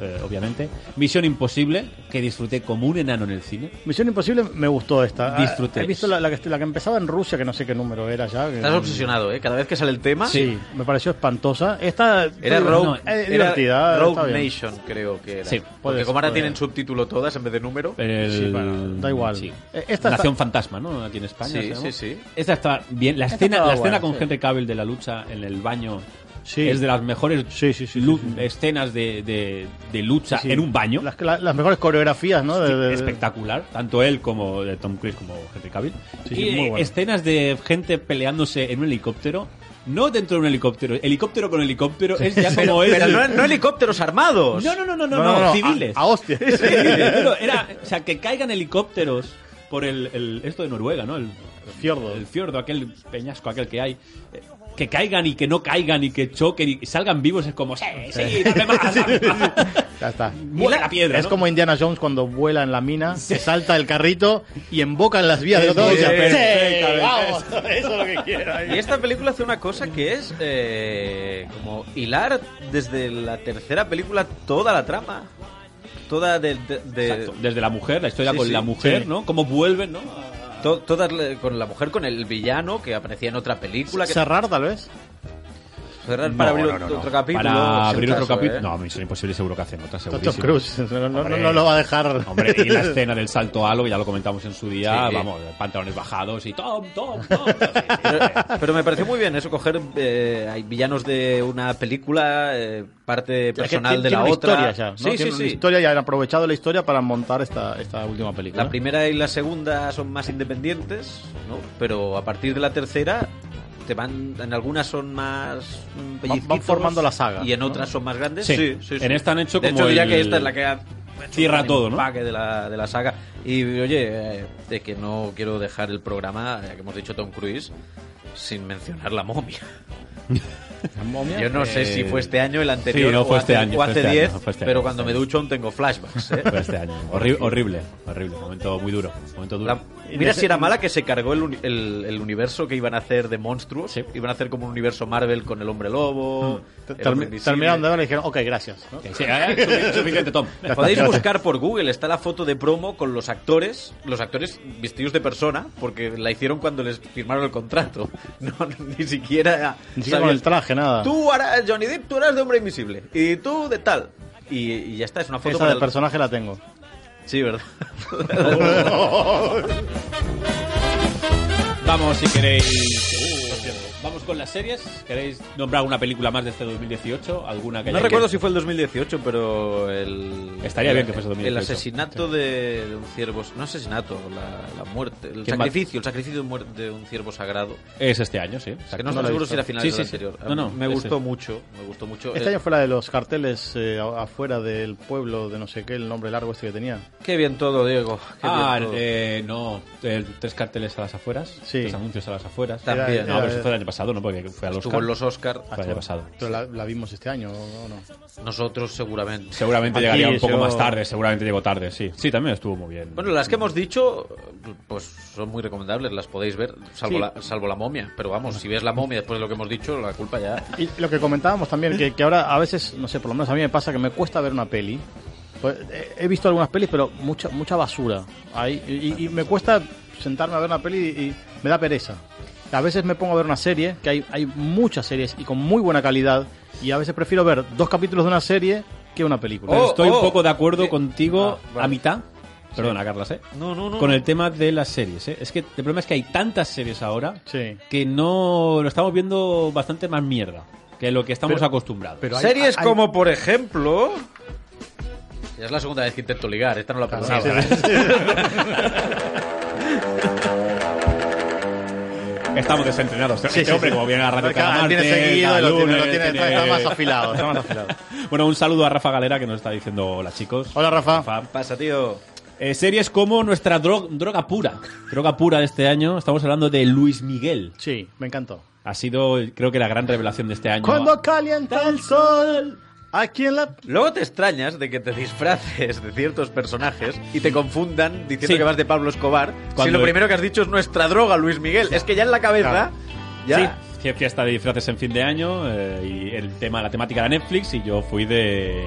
A: eh, obviamente, Misión Imposible, que disfruté como un enano en el cine.
B: Misión Imposible me gustó esta. Ah,
A: Disfruté.
B: He visto la, la que, la que empezaba en Rusia, que no sé qué número era ya. que-
C: Estás obsesionado, ¿eh? Cada vez que sale el tema...
B: Sí, me pareció espantosa. Esta
C: Era
B: no,
C: Rogue,
B: eh,
C: era
B: divertida.
C: Rogue
B: está bien.
C: Nation, creo que era.
A: Sí,
B: puede
C: Porque
B: ser,
C: como ahora
B: puede
C: tienen
B: ser.
C: subtítulo todas en vez de número.
A: El-
B: Sí, bueno, da igual.
A: sí.
B: Eh, esta
A: Nación Fantasma, ¿no? Aquí en España.
C: Sí,
A: se llama.
C: sí, sí.
A: Esta está bien. La escena,
B: estaba
A: la escena
B: guay,
A: con
B: sí.
A: Henry Cavill de la lucha en el baño
B: Sí.
A: es de las mejores
B: Sí, sí, sí,
A: lu-
B: sí, sí, sí.
A: escenas de, de- de lucha
B: sí,
A: en un baño.
B: Las, la- las mejores coreografías, ¿no? De-
A: Sí,
B: de- de-
A: espectacular, tanto él como eh, Tom Cruise como Henry Cavill.
B: Sí, sí,
A: y
B: muy
A: eh,
B: bueno.
A: escenas de gente peleándose en un helicóptero, no dentro de un helicóptero, helicóptero con helicóptero, es ya como es.
C: Pero
A: el-
C: no, no helicópteros armados.
A: no, no, no, no, no,
B: No, no, no, a-
A: civiles.
B: A, hostia.
A: Civiles, pero era, o sea, que caigan helicópteros por el, el- esto de Noruega, ¿no? El,
B: Fiordo.
A: el fiordo, aquel peñasco, aquel que hay. Eh, Que caigan y que no caigan y que choquen y salgan vivos es como, sí, sí, dame más, dame más".
B: Ya está.
A: Mueve la piedra.
B: Es
A: ¿no?
B: como Indiana Jones cuando vuela en la mina, se salta el carrito y emboca en las vías de
C: Sí,
B: autobús.
C: sí,
B: Ya,
C: sí,
B: perfecto, vamos. Eso es lo que quiero. ahí.
C: Y esta película hace una cosa que es eh, como hilar desde la tercera película toda la trama. Toda de, de- de-
A: Exacto, Desde la mujer, la historia
C: Eh, Sí,
A: con
C: sí,
A: la mujer,
B: sí.
A: ¿no? Cómo vuelven, ¿no?
C: to- todas le- con la mujer, con el villano que aparecía en otra película. que-
B: Cerrar, tal vez.
C: Cerrar para
A: No,
C: abrir
A: no, no, no.
C: otro capítulo.
A: Para
C: es el
A: abrir otro
C: caso,
A: capítulo.
C: ¿eh?
A: No, Misión Imposible seguro que hacen otra,
B: Tocho
A: segurísimo.
B: Cruz. No, no-
A: Hombre.
B: no lo va a dejar.
A: Hombre, y la escena del salto halo, que ya lo comentamos en su día,
C: Sí.
A: vamos, pantalones bajados y tom, tom, tom. Sí, sí, sí.
C: Pero me pareció muy bien eso, coger eh, hay villanos de una película, eh, parte
B: Es que
C: personal
B: tiene-
C: de la
B: tiene una
C: otra.
B: historia ya, ¿no?
C: Sí, sí,
B: Tiene una
C: sí.
B: historia y han aprovechado la historia para montar esta, esta última película.
C: La primera y la segunda son más independientes, ¿no? Pero a partir de la tercera te van en algunas son más mm, pellizquitos
B: van formando la saga,
C: y en
B: ¿no?
C: otras son más grandes.
A: Sí.
C: Sí, sí, sí.
A: En esta han hecho
C: de
A: como
C: hecho, diría
A: el-
C: que esta es la que ha hecho
A: Cierra
C: un
A: todo, ¿no?
C: empaque de la, de la saga. Y oye, eh, de que no quiero dejar el programa, ya que hemos dicho Tom Cruise, sin mencionar la momia.
B: La momia.
C: Yo no sé si fue este año, el anterior,
A: Sí, no, fue
C: o
A: este
C: hace-
A: año,
C: o
A: fue
C: hace
A: este año,
C: 10,
A: fue este año,
C: pero
A: fue
C: cuando
A: este
C: me ducho aún tengo flashbacks. ¿eh?
A: Fue este año. Horri- horrible, horrible. Momento muy duro. Momento duro.
C: La- mira si era mala que se cargó el, uni- el- el universo que iban a hacer de monstruos.
A: Sí. Mm.
C: Iban a hacer como un universo Marvel con el hombre lobo. el
B: Termi-
C: hombre invisible.
B: terminaron de ver y dijeron, ok, gracias. ¿no?
A: Sí, eh, sufic- suficiente, Tom.
C: Podéis buscar por Google, está la foto de promo con los actores, los actores vestidos de persona, porque la hicieron cuando les firmaron el contrato. No, ni siquiera.
B: Ni siquiera
C: sabían-
B: con el traje, nada.
C: Tú, harás- Johnny Depp, tú eras de hombre invisible. Y tú de tal. Y, y ya está, es una foto
B: Esa
C: para
B: del
C: el-
B: personaje la tengo.
C: Sí, ¿verdad?
A: Vamos, si queréis. Uh, Vamos con las series. ¿Queréis nombrar una película más de este 2018? ¿Alguna que
C: No
A: haya
C: recuerdo
A: que-
C: si fue el 2018, pero el...
A: Estaría bien que fuese
C: El
A: 2018.
C: asesinato de, de un ciervo... No asesinato, la, la muerte. El
A: ¿Quién
C: sacrificio, el sacrificio de un, muer- de un ciervo sagrado.
A: Es este año, sí.
C: Es que no,
B: No lo he
C: estoy seguro
B: visto.
C: si era final
A: Sí,
C: del
A: sí, sí.
C: anterior. A
A: No, no, este.
C: mí me
A: ese.
C: gustó mucho, me gustó mucho.
B: Este
C: Eh,
B: año fue la de los carteles eh, a- afuera del pueblo de no sé qué, el nombre largo este que tenía.
C: Qué bien todo, Diego. qué bien
A: Ah,
C: todo.
A: eh, no. eh, tres carteles a las afueras.
B: Sí.
A: Tres anuncios a las afueras.
C: También.
A: No,
C: Era-
A: pero eso fue el año pasado, ¿no? Porque fue a los.
C: Estuvo en los Oscar.
A: Fue el año pasado.
B: Pero la, la vimos este año, ¿o no?
C: Nosotros seguramente.
A: Seguramente
B: Aquí
A: llegaría un poco
B: yo-
A: más tarde, seguramente llegó tarde, sí. Sí, también estuvo muy bien.
C: Bueno, las que hemos dicho, pues son muy recomendables, las podéis ver, salvo, la, salvo la momia. Pero vamos, si ves la momia después de lo que hemos dicho, la culpa ya.
B: Y lo que comentábamos también, que, que ahora a veces, no sé, por lo menos a mí me pasa que me cuesta ver una peli. Pues, eh, he visto algunas pelis, pero mucha mucha basura. Ahí, y, y- y me cuesta sentarme a ver una peli y, y me da pereza. A veces me pongo a ver una serie, que hay, hay muchas series y con muy buena calidad, y a veces prefiero ver dos capítulos de una serie que una película.
A: Pero
C: Oh,
A: estoy
C: oh.
A: un poco de acuerdo
B: Eh,
C: Sí.
A: contigo
C: Ah, vale.
A: a mitad. Perdona, Carlas, ¿eh?
C: No, no, no.
A: Con
C: no.
A: el tema de las series, ¿eh? Es que el problema es que hay tantas series ahora
B: Sí.
A: que no lo estamos viendo bastante más mierda que lo que estamos
B: Pero-
A: acostumbrados.
B: pero hay-
C: Series
B: hay-
C: como, por ejemplo. Ya es la segunda vez que intento ligar, esta no la
B: Claro,
C: pensaba.
B: sí, sí, sí.
A: estamos desentrenados.
B: sí,
A: este hombre,
B: sí.
A: como viene a la radio
B: Porque
A: cada
B: tiene
A: martes,
B: seguido,
A: cada
B: y lo tiene,
A: lunes,
B: lo tiene-
A: tiene-
B: está más afilado, está más afilado.
A: Bueno, un saludo a Rafa Galera que nos está diciendo hola, chicos.
B: Hola, Rafa.
A: Rafa.
C: Pasa, tío.
A: Eh, series como nuestra dro- droga pura. Droga pura de este año. Estamos hablando de Luis Miguel.
B: Sí, me encantó.
A: Ha sido, creo que, la gran revelación de este año.
B: Cuando calienta el sol, aquí en la...
C: Luego te extrañas de que te disfraces de ciertos personajes y te confundan diciendo
A: Sí.
C: que vas de Pablo Escobar. Si
A: Cuando-
C: lo primero que has dicho es nuestra droga, Luis Miguel. Es que ya en la cabeza.
B: Claro.
C: Ya.
A: Sí, fie- fiesta de disfraces en fin de año eh, y el tema, la temática era Netflix y yo fui de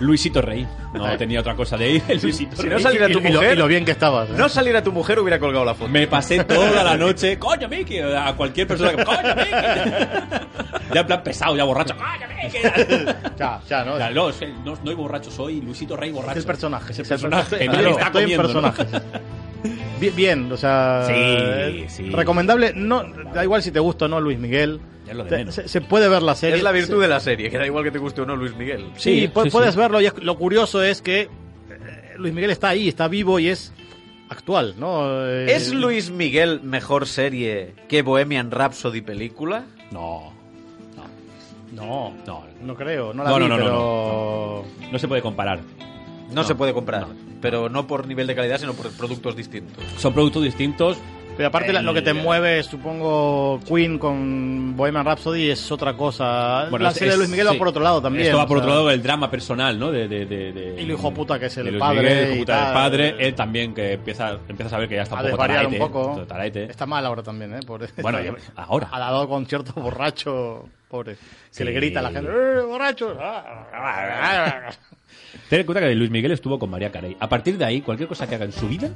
A: Luisito Rey. No tenía otra cosa de ir, el Luisito
C: Si no
A: Rey.
C: sal- Salir a tu
B: y, y lo,
C: mujer.
B: y lo bien que estabas. ¿eh?
C: No saliera tu mujer hubiera colgado la foto.
A: Me pasé toda la noche, coño Miki, a cualquier persona que, coño Miki. ya en plan pesado, ya borracho, coño Miki.
B: Ya, ya, ¿no?
A: Ya, no, es que no, no soy borracho, soy Luisito Rey borracho.
B: Es el personaje.
A: Es el
B: es el
A: personaje.
B: personaje.
A: Nadie
B: Claro,
A: está
B: estoy en
A: comiendo, ¿no?
B: personaje. Bien, bien, o sea...
A: Sí,
B: eh,
A: sí.
B: Recomendable, no, da igual si te gusta o no Luis Miguel.
A: Ya lo de
B: Te-
A: menos.
B: se, se puede ver la serie.
C: Es la virtud de la serie, que da igual que te guste o no Luis Miguel.
B: Sí,
A: Sí,
B: pu-
A: sí,
B: puedes
A: sí.
B: verlo. Y es- lo curioso es que eh, Luis Miguel está ahí, está vivo y es actual, ¿no? Eh,
C: ¿Es Luis Miguel mejor serie que Bohemian Rhapsody película?
A: No,
B: No,
A: no, no.
B: no creo. No la
A: No, no,
B: vi,
A: no, no,
B: pero...
A: No se puede comparar.
C: No, se puede comprar,
A: no.
C: pero no por nivel de calidad, sino por productos distintos.
A: Son productos distintos.
B: Pero aparte la- lo que te mueve, supongo, Queen con Bohemian Rhapsody es otra cosa. la
A: es-
B: serie de
A: es-
B: Luis Miguel
A: sí.
B: va por otro lado también.
A: Esto va
B: o
A: por
B: sea,
A: otro lado el drama personal, ¿no? De, de, de, de-
B: Y lo hijo puta que es el
A: de Luis
B: padre
A: Miguel, el hijo
B: y
A: puta del
B: tal. eh,
A: padre. Él también, que empieza, empieza a ver que ya está
B: A
A: un poco
B: desvariar
A: taraete,
B: un poco.
A: taraete.
B: Está mal ahora también, ¿eh? Pobre.
A: Bueno,
B: Está-
A: ya- ahora.
B: Ha dado concierto borracho, pobre.
A: Sí.
B: Que le grita a la gente, ¡eh, borracho!
A: Ten en cuenta que Luis Miguel estuvo con María Carey. A partir de ahí, cualquier cosa que haga en su vida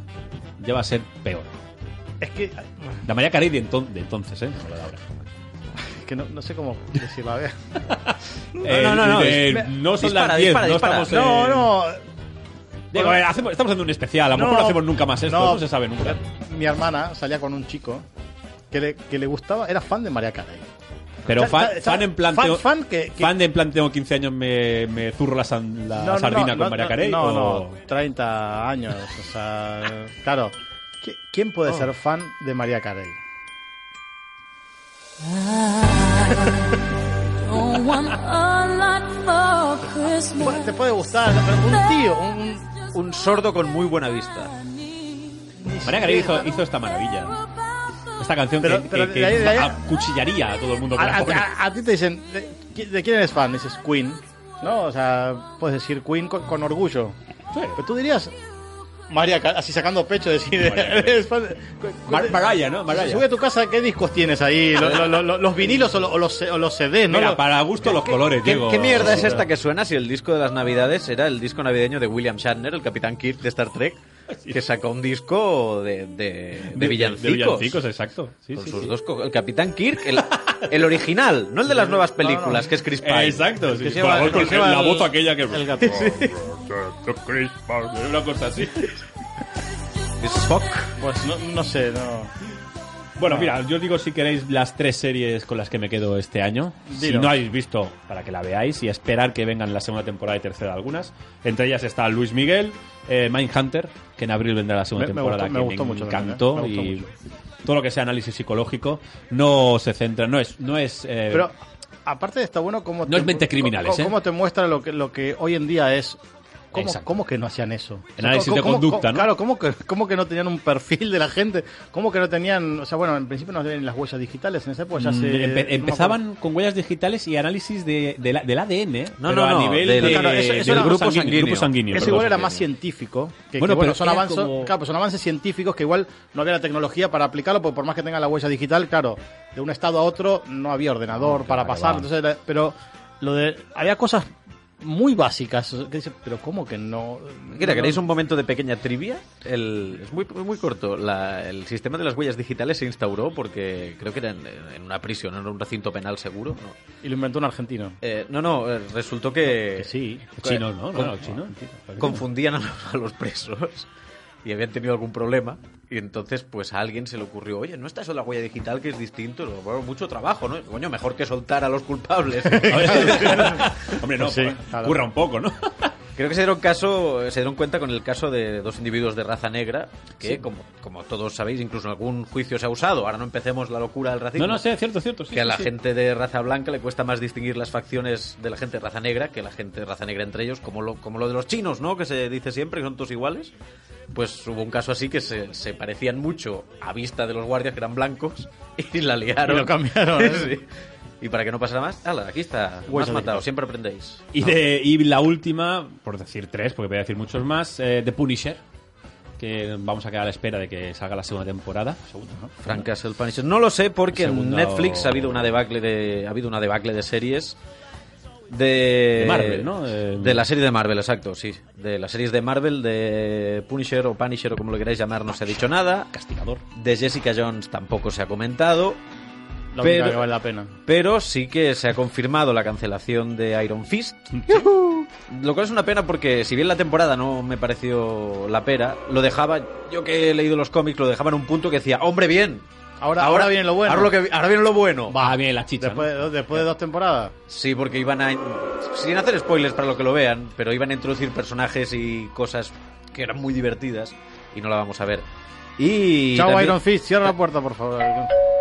A: ya va a ser peor.
B: es que...
A: La María Carey de, enton- de entonces, ¿eh? No la de ahora.
B: Es que no, no sé cómo decirlo. A ver.
A: Eh,
C: no, no, no,
A: de-
C: dis-
A: no son
C: dispara,
A: las 10,
C: dispara,
A: no
C: dispara.
A: estamos.
B: No,
A: eh,
B: no.
A: digo, eh, hacemos- estamos haciendo un especial, a lo
B: No,
A: mejor no hacemos nunca más esto, no,
B: no.
A: se sabe nunca.
B: Mi hermana salía con un chico que le, que le gustaba, era fan de María Carey.
A: Pero
B: Sa-
A: fan,
B: sa-
A: fan en plan.
B: fan-
A: tengo-
B: fan que- que-
A: fan en plan, tengo 15 años, me, me zurro la, san- la
B: No, no,
A: sardina
B: no,
A: con
B: no,
A: Mariah Carey.
B: No,
A: o-
B: no, 30 años. O sea, claro. ¿qui- ¿Quién puede
A: Oh.
B: ser fan de María Carey?
G: Don't want a lot for Christmas.
B: Te puede gustar, pero un tío, un.
C: Un sordo con muy buena vista.
A: Mariah Carey hizo, hizo esta maravilla. Esta canción
B: Pero-
A: que,
B: pero
A: que- que
B: de ahí- de ahí-
A: acuchillaría a todo el
C: Ah,
A: mundo. que
B: A,
A: la pone.
B: a- a- a ti te dicen, ¿de, qui- de quién eres fan? Dices Queen, ¿no? O sea, puedes decir Queen con, con orgullo.
A: Sí.
B: Pero tú dirías, María, Ca- así sacando pecho, decir, eres fan de- cu-
A: Mar-
B: cu-
A: Mariah, ¿no? Mariah.
B: Sube a tu casa, ¿qué discos tienes ahí? Lo- lo- lo- lo- los vinilos o, lo- o los, o los CDs, ¿no?
A: Mira,
B: Lo-
A: para gusto los colores,
C: ¿Qué,
A: Diego.
C: qué mierda es esta que suena si el disco de las navidades era el disco navideño de William Shatner, el Capitán Kirk de Star Trek, que sacó un disco de, de- de villancicos?
A: De villancicos, exacto. Sí,
C: Con
A: sí,
C: sus
A: sí.
C: dos co- el Capitán Kirk, el, el original, no el de las nuevas películas, que es Chris Pine.
A: Eh, exacto, sí.
C: Que se
A: Por
C: llama-
A: favor, con
C: que se llama
A: la
C: el-
A: voz aquella que.
B: El gato.
A: Una cosa así.
C: This is Fuck.
B: Pues no, no sé, no. Ah.
A: Bueno, mira, yo digo si queréis las tres series con las que me quedo este año. Si
B: Dilo.
A: no habéis visto, para que la veáis y esperar que vengan la segunda temporada y tercera algunas. Entre ellas está Luis Miguel, eh, Mindhunter, que en abril vendrá la segunda
B: Me- me
A: temporada,
B: gustó- me
A: que
B: gustó mucho también,
A: encantó.
B: ¿eh? Me gustó
A: y
B: mucho.
A: todo lo que sea análisis psicológico no se centra, no es... No es eh,
B: Pero aparte está bueno cómo
A: No es mente criminales,
B: cómo-
A: ¿eh?
B: cómo te muestra lo que lo que hoy en día es ¿Cómo,
A: Exacto.
B: cómo que no hacían eso?
A: Análisis de conducta, ¿no?
B: Claro, ¿cómo que, ¿cómo que no tenían un perfil de la gente? ¿Cómo que no tenían...? O sea, bueno, en principio no tenían las huellas digitales, en esa época ya se...
A: mm, empe-
B: no me acuerdo.
A: empezaban con huellas digitales y análisis de, de la- del ADN, ¿eh?
C: No,
A: Pero
C: no,
A: a
C: no,
A: nivel
C: del-
A: de-
B: Claro, eso- eso
A: del
B: era
A: grupo
C: más
A: sanguíneo.
C: sanguíneo.
A: grupo sanguíneo,
B: Eso
A: perdón,
B: igual era
A: sanguíneo.
B: más científico. Que,
A: Bueno,
B: bueno,
A: pero
B: son
A: era
B: avances,
A: como-
B: claro, pues son avances científicos que igual no había la tecnología para aplicarlo, porque por más que tenga la huella digital, claro, de un estado a otro no había ordenador para
A: claro,
B: pasar.
A: va.
B: Entonces, era- pero lo de había cosas muy básicas. que dice, pero cómo que no.
C: Mira,
B: no-
C: ¿queréis un momento de pequeña trivia? El- es muy, muy corto. La- el sistema de las huellas digitales se instauró porque creo que era en, en una prisión, en un recinto penal seguro. No,
B: Y lo inventó un argentino.
C: Eh, no, no, eh, resultó que,
B: Que sí.
A: Chino, ¿no? No, no, chino.
C: confundían a los, a los presos y habían tenido algún problema. Y entonces, pues a alguien se le ocurrió, oye, no está eso de la huella digital que es distinto, bueno, mucho trabajo, ¿no? Coño, mejor que soltar a los culpables.
A: Hombre, no,
B: Pues sí, claro.
A: curra un poco, ¿no?
C: Creo que se dieron caso, se dieron cuenta con el caso de dos individuos de raza negra, que como, como todos sabéis, incluso en algún juicio se ha usado. Ahora no empecemos la locura del racismo.
A: No, no, sí, cierto, cierto. sí,
C: que a
A: sí,
C: la
A: sí.
C: gente de raza blanca le cuesta más distinguir las facciones de la gente de raza negra que la gente de raza negra entre ellos, como lo, como lo de los chinos, ¿no? Que se dice siempre que son todos iguales. Pues hubo un caso así que se, se parecían mucho a vista de los guardias que eran blancos y la liaron.
B: Y lo cambiaron, ¿eh?
C: Sí. Y para que no pasara más, ala, aquí está, más
B: Hueso
C: matado,
B: directo.
C: siempre aprendéis.
A: Y, de, y la última, por decir tres, porque voy a decir muchos más, eh, The Punisher, que vamos a quedar a la espera de que salga la segunda temporada. Segunda, ¿no?
C: Frank Castle Punisher. No lo sé porque
A: Segunda
C: en Netflix
A: o-
C: ha habido una debacle de ha habido una debacle de series de,
A: De Marvel, ¿no? Eh,
C: De la serie de Marvel, exacto, sí. De las series de Marvel, de Punisher o Punisher o como lo queráis llamar, no se ha dicho nada.
A: Castigador.
C: De Jessica Jones tampoco se ha comentado,
B: La única
C: Pero-
B: que vale la pena.
C: pero sí que se ha confirmado la cancelación de Iron Fist. Lo cual es una pena porque si bien la temporada no me pareció la pera, lo dejaba, yo que he leído los cómics, lo dejaba en un punto que decía, hombre bien.
B: Ahora- ahora viene lo bueno".
C: Ahora, que- ahora viene lo bueno.
A: Va bien la chicha.
B: Después, de- después de dos temporadas.
C: Sí, porque iban a. Sin hacer spoilers para lo que lo vean, pero iban a introducir personajes y cosas que eran muy divertidas y no la vamos a ver. Y.
B: Chao,
C: también,
B: Iron Fist, cierra la puerta, por favor.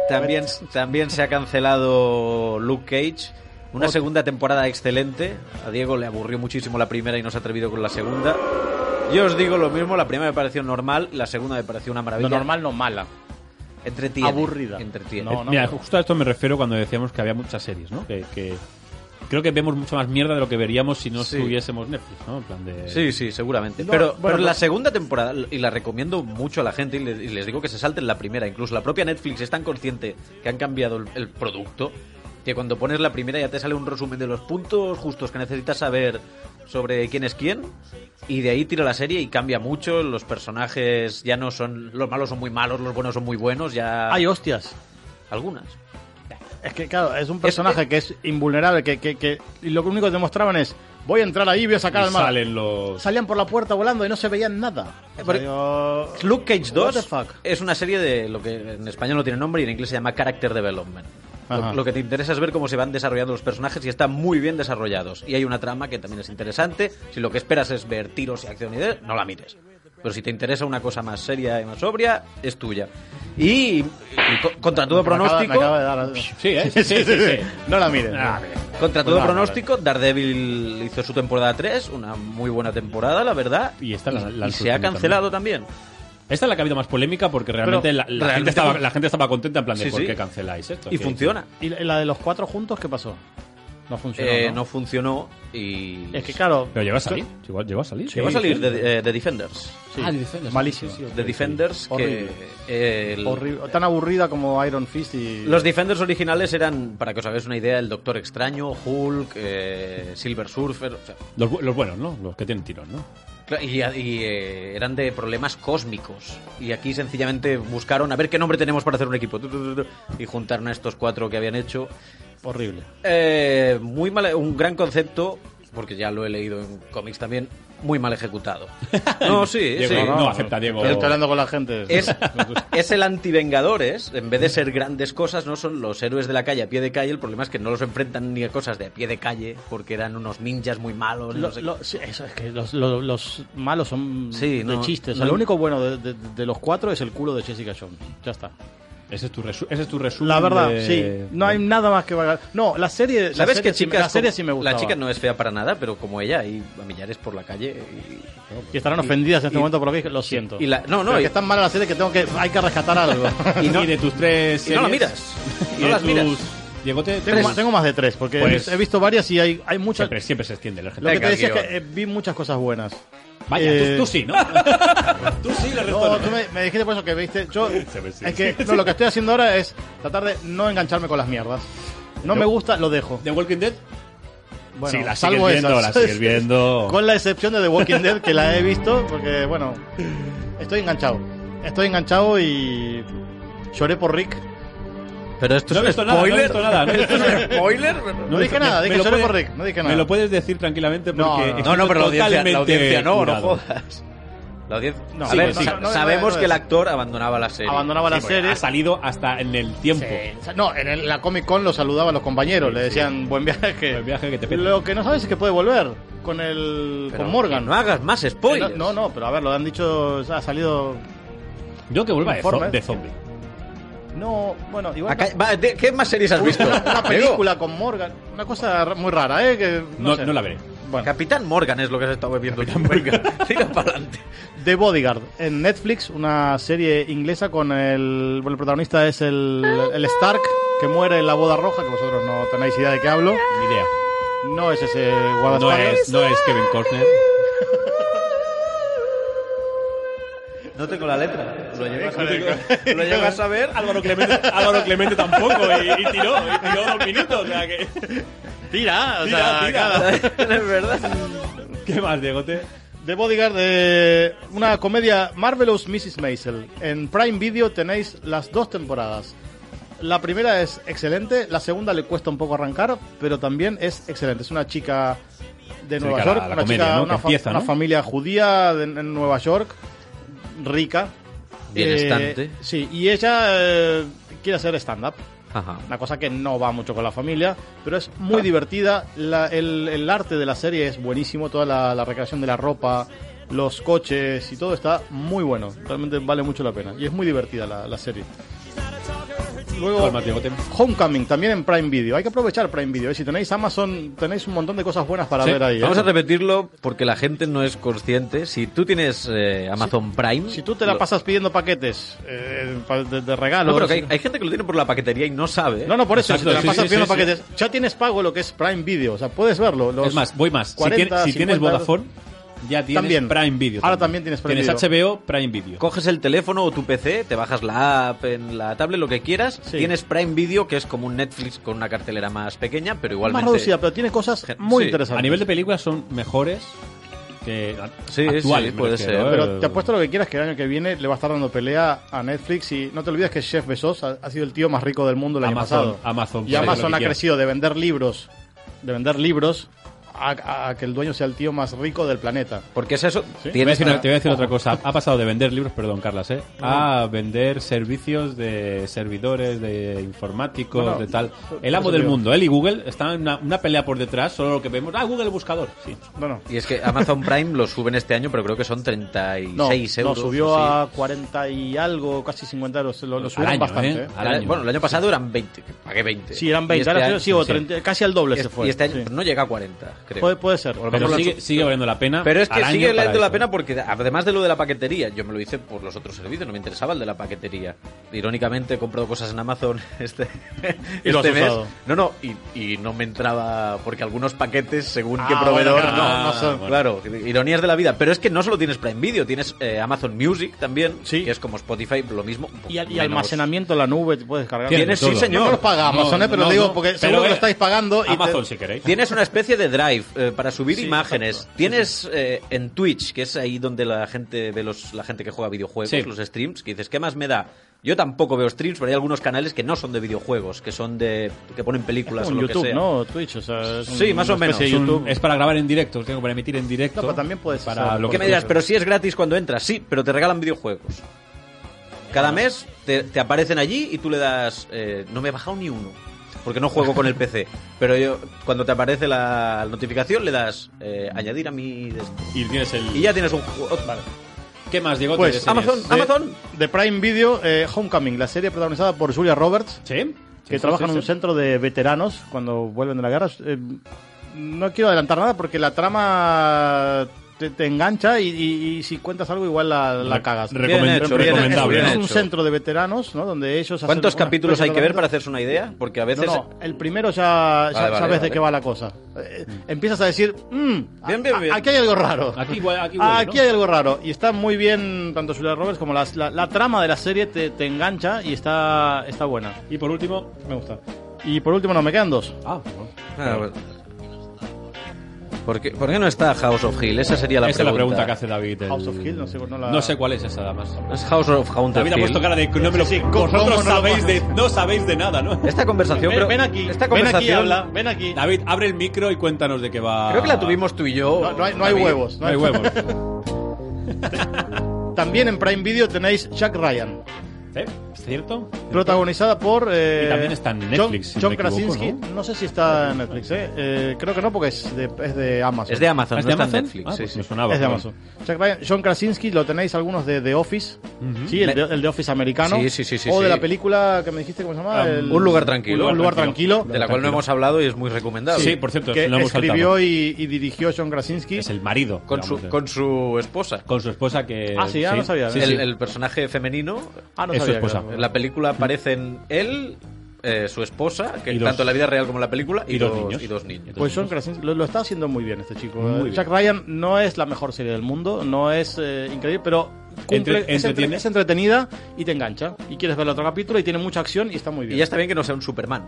C: También, también se ha cancelado Luke Cage. Una segunda temporada excelente. A Diego le aburrió muchísimo la primera y no se ha atrevido con la segunda. Yo os digo lo mismo, la primera me pareció normal, la segunda me pareció una maravilla.
B: Lo normal no mala.
C: Entretiene.
B: Aburrida.
C: Entretiene.
B: No, no.
A: Mira, justo a esto me refiero cuando decíamos que había muchas series, ¿no? Que, que creo que vemos mucha más mierda de lo que veríamos si no
C: Sí.
A: tuviésemos Netflix, ¿no? En plan de...
C: Sí, sí, seguramente.
B: No,
C: pero,
B: bueno,
C: pero
B: no.
C: la segunda temporada, y la recomiendo mucho a la gente, y les, y les digo que se salten la primera. Incluso la propia Netflix es tan consciente que han cambiado el, el producto que cuando pones la primera ya te sale un resumen de los puntos justos que necesitas saber sobre quién es quién. Y de ahí tira la serie y cambia mucho. Los personajes ya no son. Los malos son muy malos, los buenos son muy buenos. Ya.
B: Ay, hostias.
C: algunas.
B: Es que, claro, es un personaje que es invulnerable, que, que, que y lo único que te mostraban es, voy a entrar ahí, voy a sacar al
A: Y
B: mar.
A: salen los...
B: Salían por la puerta volando y no se veían nada. O sea,
C: Porque-
B: digo,
C: Luke Cage
B: what
C: 2
B: the fuck?
C: es una serie de lo que en español no tiene nombre y en inglés se llama Character Development.
B: Ajá.
C: Lo, lo que te interesa es ver cómo se van desarrollando los personajes y están muy bien desarrollados. Y hay una trama que también es interesante. Si lo que esperas es ver tiros y acción y de- no la mires. Pero si te interesa una cosa más seria y más sobria, es tuya. Y, y co- contra todo
B: Me acaba-
C: pronóstico,
B: me acaba de dar-
A: Sí, ¿eh? Sí, sí, sí, sí.
B: No la miren.
C: contra todo
B: No, no, no.
C: pronóstico, Daredevil hizo su temporada 3, una muy buena temporada, la verdad.
A: Y esta la- la han
C: y se ha
A: suspendido
C: cancelado también.
A: Esta es la que ha habido más polémica porque realmente,
C: Pero,
A: la, la
C: realmente
A: gente estaba,
C: fun-
A: la gente estaba contenta en plan de
C: Sí,
A: por
C: sí.
A: qué canceláis esto.
C: Y
B: Pues
A: ¿Qué-
C: funciona.
B: ¿Y la la de los cuatro juntos qué pasó? No funcionó.
C: Eh,
B: ¿no?
C: ¿no? funcionó y...
B: Es que, claro.
A: Pero llegó a salir. Llegó, llegó a salir.
C: Que va a salir de, eh, de Defenders.
B: sí,
H: Ah, de Defenders.
B: Malísimo.
C: De Defenders que...
B: Horrible.
C: eh, el-
B: Horrible. Tan aburrida como Iron Fist y.
C: Los Defenders originales eran, para que os hagáis una idea, el Doctor Extraño, Hulk, eh, Silver Surfer... o sea,
A: Los, bu- los buenos, ¿no? Los que tienen tirón, ¿no?
C: cla- y y, eh, eran de problemas cósmicos. Y aquí sencillamente buscaron a ver qué nombre tenemos para hacer un equipo. tu, tu, tu, tu, Y juntaron a estos cuatro que habían hecho.
B: Horrible.
C: Eh, muy mal, un gran concepto, porque ya lo he leído en cómics también, muy mal ejecutado. No, sí,
A: Diego,
C: sí.
A: no, acepta, Diego.
B: Estoy hablando con la gente.
C: Es, es el anti-Vengadores, en vez de ser grandes cosas, no son los héroes de la calle a pie de calle, el problema es que no los enfrentan ni a cosas de a pie de calle, porque eran unos ninjas muy malos, no
B: Lo-
C: sé
B: lo- sí, eso es que los, lo- los malos son
C: Sí,
B: de
C: no-
B: chistes.
C: no-
B: lo único bueno de, de- de los cuatro es el culo de Jessica Jones. Ya está.
A: Ese es tu, resu- ese es tu resumen.
B: La verdad,
A: de-
B: sí. No hay nada más que vagar. No, la serie. la
C: ¿Sabes
B: serie
C: qué
B: sí me-
C: chicas?
B: La serie
C: como-
B: sí me
C: la
B: gustaba.
C: chica no es fea para nada, pero como ella, hay a millares por la calle. Y,
B: Y estarán ofendidas en este momento por lo que dije, lo siento.
C: y la- no, no,
B: Pero
C: y-
B: que es tan mala la serie que tengo que hay que rescatar algo.
A: Y, de tus tres.
C: y no la
A: series-
C: miras.
A: y
C: No
A: de
C: las miras.
A: tus- Diego, te-
B: tengo,
C: Tres.
B: más, tengo más de tres porque
A: Pues-
B: he visto varias y hay, hay muchas.
A: Siempre, siempre se extiende la gente.
B: Lo que
C: Venga,
B: te decía es
C: guión.
B: que eh, vi muchas cosas buenas.
A: Vaya,
B: Eh,
A: tú, tú sí, ¿no? tú sí, el resto
B: No,
A: no.
B: tú me, me dijiste por eso que viste. Yo,
A: Se ve, sí.
B: es que no, lo que estoy haciendo ahora es tratar de no engancharme con las mierdas. No me gusta, lo dejo.
A: ¿The Walking Dead?
B: Bueno,
A: sí, la sigues
B: salvo
A: viendo,
B: esas.
A: la sigues viendo.
B: Con la excepción de The Walking Dead, que la he visto, porque, bueno, estoy enganchado. Estoy enganchado y lloré por Rick.
C: Pero esto
A: No he
C: es
A: visto
C: un
A: nada, no he
C: spoiler.
A: visto nada. no he visto
C: ¿Esto es
A: nada.
C: un spoiler?
B: No dije
A: me-
B: nada,
A: me
B: dije
A: lo
B: lloré
A: puedes-
B: por Rick, no dije nada.
A: Me lo puedes decir tranquilamente
B: No,
A: porque.
B: no,
A: estoy
C: No, no, pero la audiencia,
A: totalmente
C: la audiencia no, no
A: curado.
C: jodas. La audiencia...
B: No,
C: a
B: sí,
C: ver,
B: sí.
C: sa-
B: no, no,
C: sabemos
B: no,
C: que el
B: no.
C: actor abandonaba la serie.
B: Abandonaba la
A: Sí, porque
B: serie.
A: Ha salido hasta en el tiempo.
B: Sí. No, en el- la Comic Con lo saludaba a los compañeros, le decían buen viaje.
A: Buen viaje, que te pete.
B: Lo que no sabes es que puede volver con el
C: Pero
B: con Morgan.
C: No hagas más spoilers.
B: No, no, pero a ver, lo han dicho, ha salido.
A: Yo que vuelva de, zo-
B: Informe.
A: de zombie.
B: No, bueno, igual.
C: Acá- va, de- ¿Qué más series has visto?
B: Una, una
C: Diego?
B: película con Morgan, una cosa ra- muy rara, ¿eh? Que, no,
A: No,
B: sé.
A: no la veré.
B: Bueno,
C: Capitán Morgan es lo que has estado bebiendo. tú. Venga, tira para adelante.
B: The Bodyguard, en Netflix, una serie inglesa con el, bueno, el protagonista es el, el Stark, que muere en la boda roja, que vosotros no tenéis idea de qué hablo.
A: Ni idea.
B: No es ese
A: No
B: guardaespaldas.
A: es, no es Kevin Costner.
C: No tengo la letra. Lo llevas,
A: Lo
C: lo llevas a ver.
A: Álvaro Clemente, Álvaro Clemente tampoco. Y, y tiró, y tiró dos minutos. O sea que.
B: Tira, o
A: Tira,
B: sea,
A: tira.
B: cada-
C: Es verdad.
A: ¿Qué más, Diegote?
B: The Bodyguard, de una comedia Marvelous Mrs. Maisel. En Prime Video tenéis las dos temporadas. La primera es excelente, la segunda le cuesta un poco arrancar, pero también es excelente. Es una chica de
A: Se dedica
B: Nueva
A: a la-
B: York,
A: a la
B: una,
A: comedia,
B: chica-
A: ¿no?
B: una
A: Que
B: fa-
A: empieza,
B: una
A: ¿no?
B: familia judía de- en Nueva York, rica.
C: Bienestante.
B: Eh, sí, y ella eh, quiere hacer stand-up.
C: Ajá.
B: Una cosa que no va mucho con la familia, pero es muy
A: Ah.
B: divertida. La- el, el arte de la serie es buenísimo, toda la, la recreación de la ropa, los coches y todo está muy bueno. Realmente vale mucho la pena. Y es muy divertida la, la serie. Luego,
A: ¿Cuál más, Diegote?
B: Homecoming, también en Prime Video. Hay que aprovechar Prime Video. ¿eh? Si tenéis Amazon, tenéis un montón de cosas buenas para
A: Sí,
B: ver ahí. ¿eh?
C: Vamos a repetirlo porque la gente no es consciente. Si tú tienes eh, Amazon Prime.
B: Si tú te la
C: lo-
B: pasas pidiendo paquetes eh, pa- de, de
C: No,
B: regalos...
C: pero que hay, hay gente que lo tiene por la paquetería y no sabe.
B: No, no, por eso,
A: Exacto,
B: si te la
A: sí,
B: pasas
A: sí,
B: pidiendo
A: sí, sí.
B: paquetes, ya tienes pago lo que es Prime Video, o sea, puedes verlo. los
A: Es más, voy más. Si
B: 40,
A: tienes- si, tienes
B: 50
A: Vodafone, ya tienes
B: También.
A: Prime Video.
B: Ahora también tienes Prime Video.
A: HBO, Prime Video.
C: Coges el teléfono o tu PC, te bajas la app en la tablet, lo que quieras.
B: Sí.
C: Tienes Prime Video, que es como un Netflix con una cartelera más pequeña,
B: Más
C: pero igualmente.
B: reducida, pero tiene cosas
C: Gen-
B: muy
C: sí,
B: interesantes.
A: A nivel de películas son mejores que
C: Sí,
A: actuales,
C: sí,
A: me
C: puede
A: refiero,
C: ser.
A: ¿eh?
B: Pero te apuesto lo que quieras que el año que viene le va a estar dando pelea a Netflix y no te olvides que Jeff Bezos ha, ha sido el tío más rico del mundo el año
A: Amazon,
B: pasado.
A: Amazon,
B: y
A: por ejemplo,
B: Amazon
A: que
B: ha
A: quieras.
B: crecido de vender libros, de vender libros a, a que el dueño sea el tío más rico del planeta.
C: Porque es eso.
A: Te voy,
B: Sí.
A: a
C: Tienes
A: decir,
C: una-
A: te voy a decir otra cosa. Ha pasado de vender libros, perdón, Carlas, ¿eh? a vender servicios de servidores, de informáticos,
B: No, no,
A: de tal.
B: no,
A: El amo
B: eso
A: del
B: digo.
A: mundo, él y Google, están en una, una pelea por detrás, solo lo que vemos. Ah, Google el buscador. Sí.
B: Bueno,
C: Y es que Amazon Prime lo suben este año, pero creo que son 36
B: no, no,
C: euros.
B: subió
C: o así.
B: a 40 y algo, casi 50 euros. Lo, lo
A: Al
B: subieron
A: año,
B: bastante.
A: ¿eh?
B: ¿eh?
A: Al
C: Era-
A: año.
C: Bueno, el año pasado eran 20. Pagué 20.
B: Sí, eran
C: Y
B: 20,
C: este
B: ahora
C: año-
B: sí, o
C: sí.
B: 30, casi al doble
C: Y
B: se
C: este-
B: fue.
C: y este año
B: sí.
C: no llega a 40, creo.
B: puede, puede ser.
C: Por lo
A: Pero
C: mejor
A: sigue, sigue valiendo la pena.
C: Pero es que
A: al año
C: sigue
A: para
C: valiendo la
A: eso.
C: pena porque además de lo de la paquetería, yo me lo hice por los otros servicios, no me interesaba el de la paquetería. Irónicamente he comprado cosas en Amazon este,
B: Y lo
C: este
B: has
C: mes.
B: usado.
C: No, no, y, y no me entraba porque algunos paquetes según
B: Ah,
C: qué
B: bueno,
C: proveedor
B: claro,
C: no.
B: no, no son-
C: Claro, ironías de la vida. Pero es que no solo tienes Prime Video, tienes eh, Amazon Music también,
B: Sí.
C: que es como Spotify, lo mismo. un poco
B: Y, al- y
C: menos.
B: almacenamiento en la nube, te puedes cargar.
A: Tiene
C: Tienes, sí
A: todo.
C: señor.
B: No los paga Amazon,
A: No,
B: ¿eh? pero
A: no,
B: lo digo
A: no.
B: porque
A: Pero,
B: seguro que
A: eh,
B: lo estáis pagando. y
A: Amazon,
B: te-
A: si queréis.
C: Tienes una especie de drive eh, para subir
B: Sí,
C: imágenes.
B: exacto.
C: Tienes eh, en Twitch, que es ahí donde la gente ve los, la gente que juega videojuegos,
A: Sí.
C: los streams, que dices, ¿qué más me da? Yo tampoco veo streams, pero hay algunos canales que no son de videojuegos, que son de. que ponen películas
B: Como en
C: o lo
B: YouTube,
C: que sea.
B: ¿no? Twitch, o sea. es
C: Sí, más o
B: una
C: menos.
B: especie
A: Es,
B: de
A: un-
B: YouTube.
A: es para grabar en directo, tengo para emitir en directo.
B: No, pero también puedes
A: Para
B: hacer-
A: lo
C: ¿Qué
A: que
C: me dirás?
A: tú-
C: Pero si es gratis cuando entras, sí, pero te regalan videojuegos.
B: Ah.
C: Cada mes te, te aparecen allí y tú le das. eh, no me he bajado ni uno. Porque no juego con el PC. Pero yo, cuando te aparece la notificación, le das eh, añadir a mi.
A: Y tienes el.
C: Y ya tienes un juego.
A: ¿Qué más, Diego?
B: Pues,
A: ¿Te series?
C: Amazon,
B: De-
C: Amazon.
B: De Prime Video, eh, Homecoming, la serie protagonizada por Julia Roberts,
A: ¿Sí?
B: que
A: Sí,
B: trabaja
A: sí,
B: en un
A: sí.
B: centro de veteranos cuando vuelven de la guerra. Eh, no quiero adelantar nada porque la trama te, te engancha y, y- y si cuentas algo igual la, la
A: Re-
B: cagas.
A: recomen-
C: Bien hecho, bien
A: recomendable,
C: hecho,
B: Es
C: bien
A: ¿no?
B: un centro de veteranos, ¿no? Donde ellos hacen
C: ¿Cuántos
B: una
C: capítulos
B: especie
C: hay
B: de
C: que ver
B: tormenta?
C: para hacerse una idea? Porque a veces.
B: No, no, el primero ya, ya
C: Este Vale, vale,
B: sabes de
C: vale.
B: qué va la cosa. Eh, Empiezas a decir, "Mm, a-
C: Bien, bien,
B: a-
C: bien.
B: aquí hay algo raro.
A: Aquí, igual- aquí, huele, ¿no?
B: Aquí hay algo raro. Y está muy bien, tanto Julia Roberts como las- la, la trama de la serie te, te engancha y está, está buena.
A: Y por último.
B: Me gusta. Y por último, no, me quedan dos.
A: Ah, bueno.
C: Ah, bueno. ¿Por qué, por qué no está House of Hill? Esa sería la
A: Esa es la pregunta que hace David. el-
B: House of Hill, no sé, no la-
A: No sé cuál es esa, además.
C: Es House of Haunted
A: David ha
C: Hill.
A: puesto cara de no me lo
B: Sí, sí, ¿cómo
A: Vosotros
B: no lo
A: sabéis de,
B: conoces?
A: no sabéis de nada, ¿no?
C: Esta conversación.
B: Ven,
C: pero-
B: ven aquí,
C: Esta
B: ven
C: conversación.
B: aquí, habla, ven aquí.
A: David, abre el micro y cuéntanos de qué va.
C: Creo que la tuvimos tú y yo.
B: No, no hay, no hay
C: David.
B: huevos.
A: No hay huevos.
B: También en Prime Video tenéis Jack Ryan,
A: ¿Eh? ¿Es cierto?
B: protagonizada por... eh,
A: Y también está en Netflix, si
B: John,
A: no
B: John
A: me equivoco,
B: Krasinski.
A: ¿no?
B: ¿no? sé si está en Netflix, ¿eh? Eh, creo que no, porque es de, es de Amazon.
C: Es de Amazon,
A: ¿Es
C: no
A: de
C: está en
A: Amazon?
C: Netflix.
A: Ah,
C: sí,
A: pues
C: sí.
A: me sonaba.
B: Es de Amazon. Jack Ryan, John Krasinski, lo tenéis algunos de The Office. Sí, el de, el de Office americano.
C: Sí, sí, sí, sí,
B: O de
C: sí.
B: la película que me dijiste, ¿cómo se llama?
A: Um,
B: El-
C: Ah, Un lugar tranquilo.
B: Un lugar tranquilo.
C: De la cual no hemos hablado y es muy recomendable.
A: Sí, por cierto,
B: que
A: no hemos
B: escribió
A: saltado.
B: y, y dirigió John Krasinski.
A: Es el marido.
C: Con
A: digamos,
C: su,
A: de-
C: con su esposa.
A: con su esposa que.
B: Ah, sí, ah, no sabía,
A: Sí,
B: ¿eh?
C: el,
A: sí.
C: el personaje femenino.
B: Ah, no
A: es su
B: sabía que
A: esposa.
B: era-
C: En la película aparecen él, eh, su esposa, que
A: Y dos-
C: tanto en la vida real como en la película, y,
A: y dos niños.
C: y dos niños.
B: Pues John Krasinski lo, lo está haciendo muy bien este chico.
A: Muy bien.
B: Jack Ryan no es la mejor serie del mundo, no es eh, increíble, pero cumple-
A: Entre-
B: es, entre-
A: entretiene.
B: es entretenida y te engancha. Y quieres ver el otro capítulo y tiene mucha acción y está muy
C: Y
B: bien.
C: ya está bien que no sea un Superman.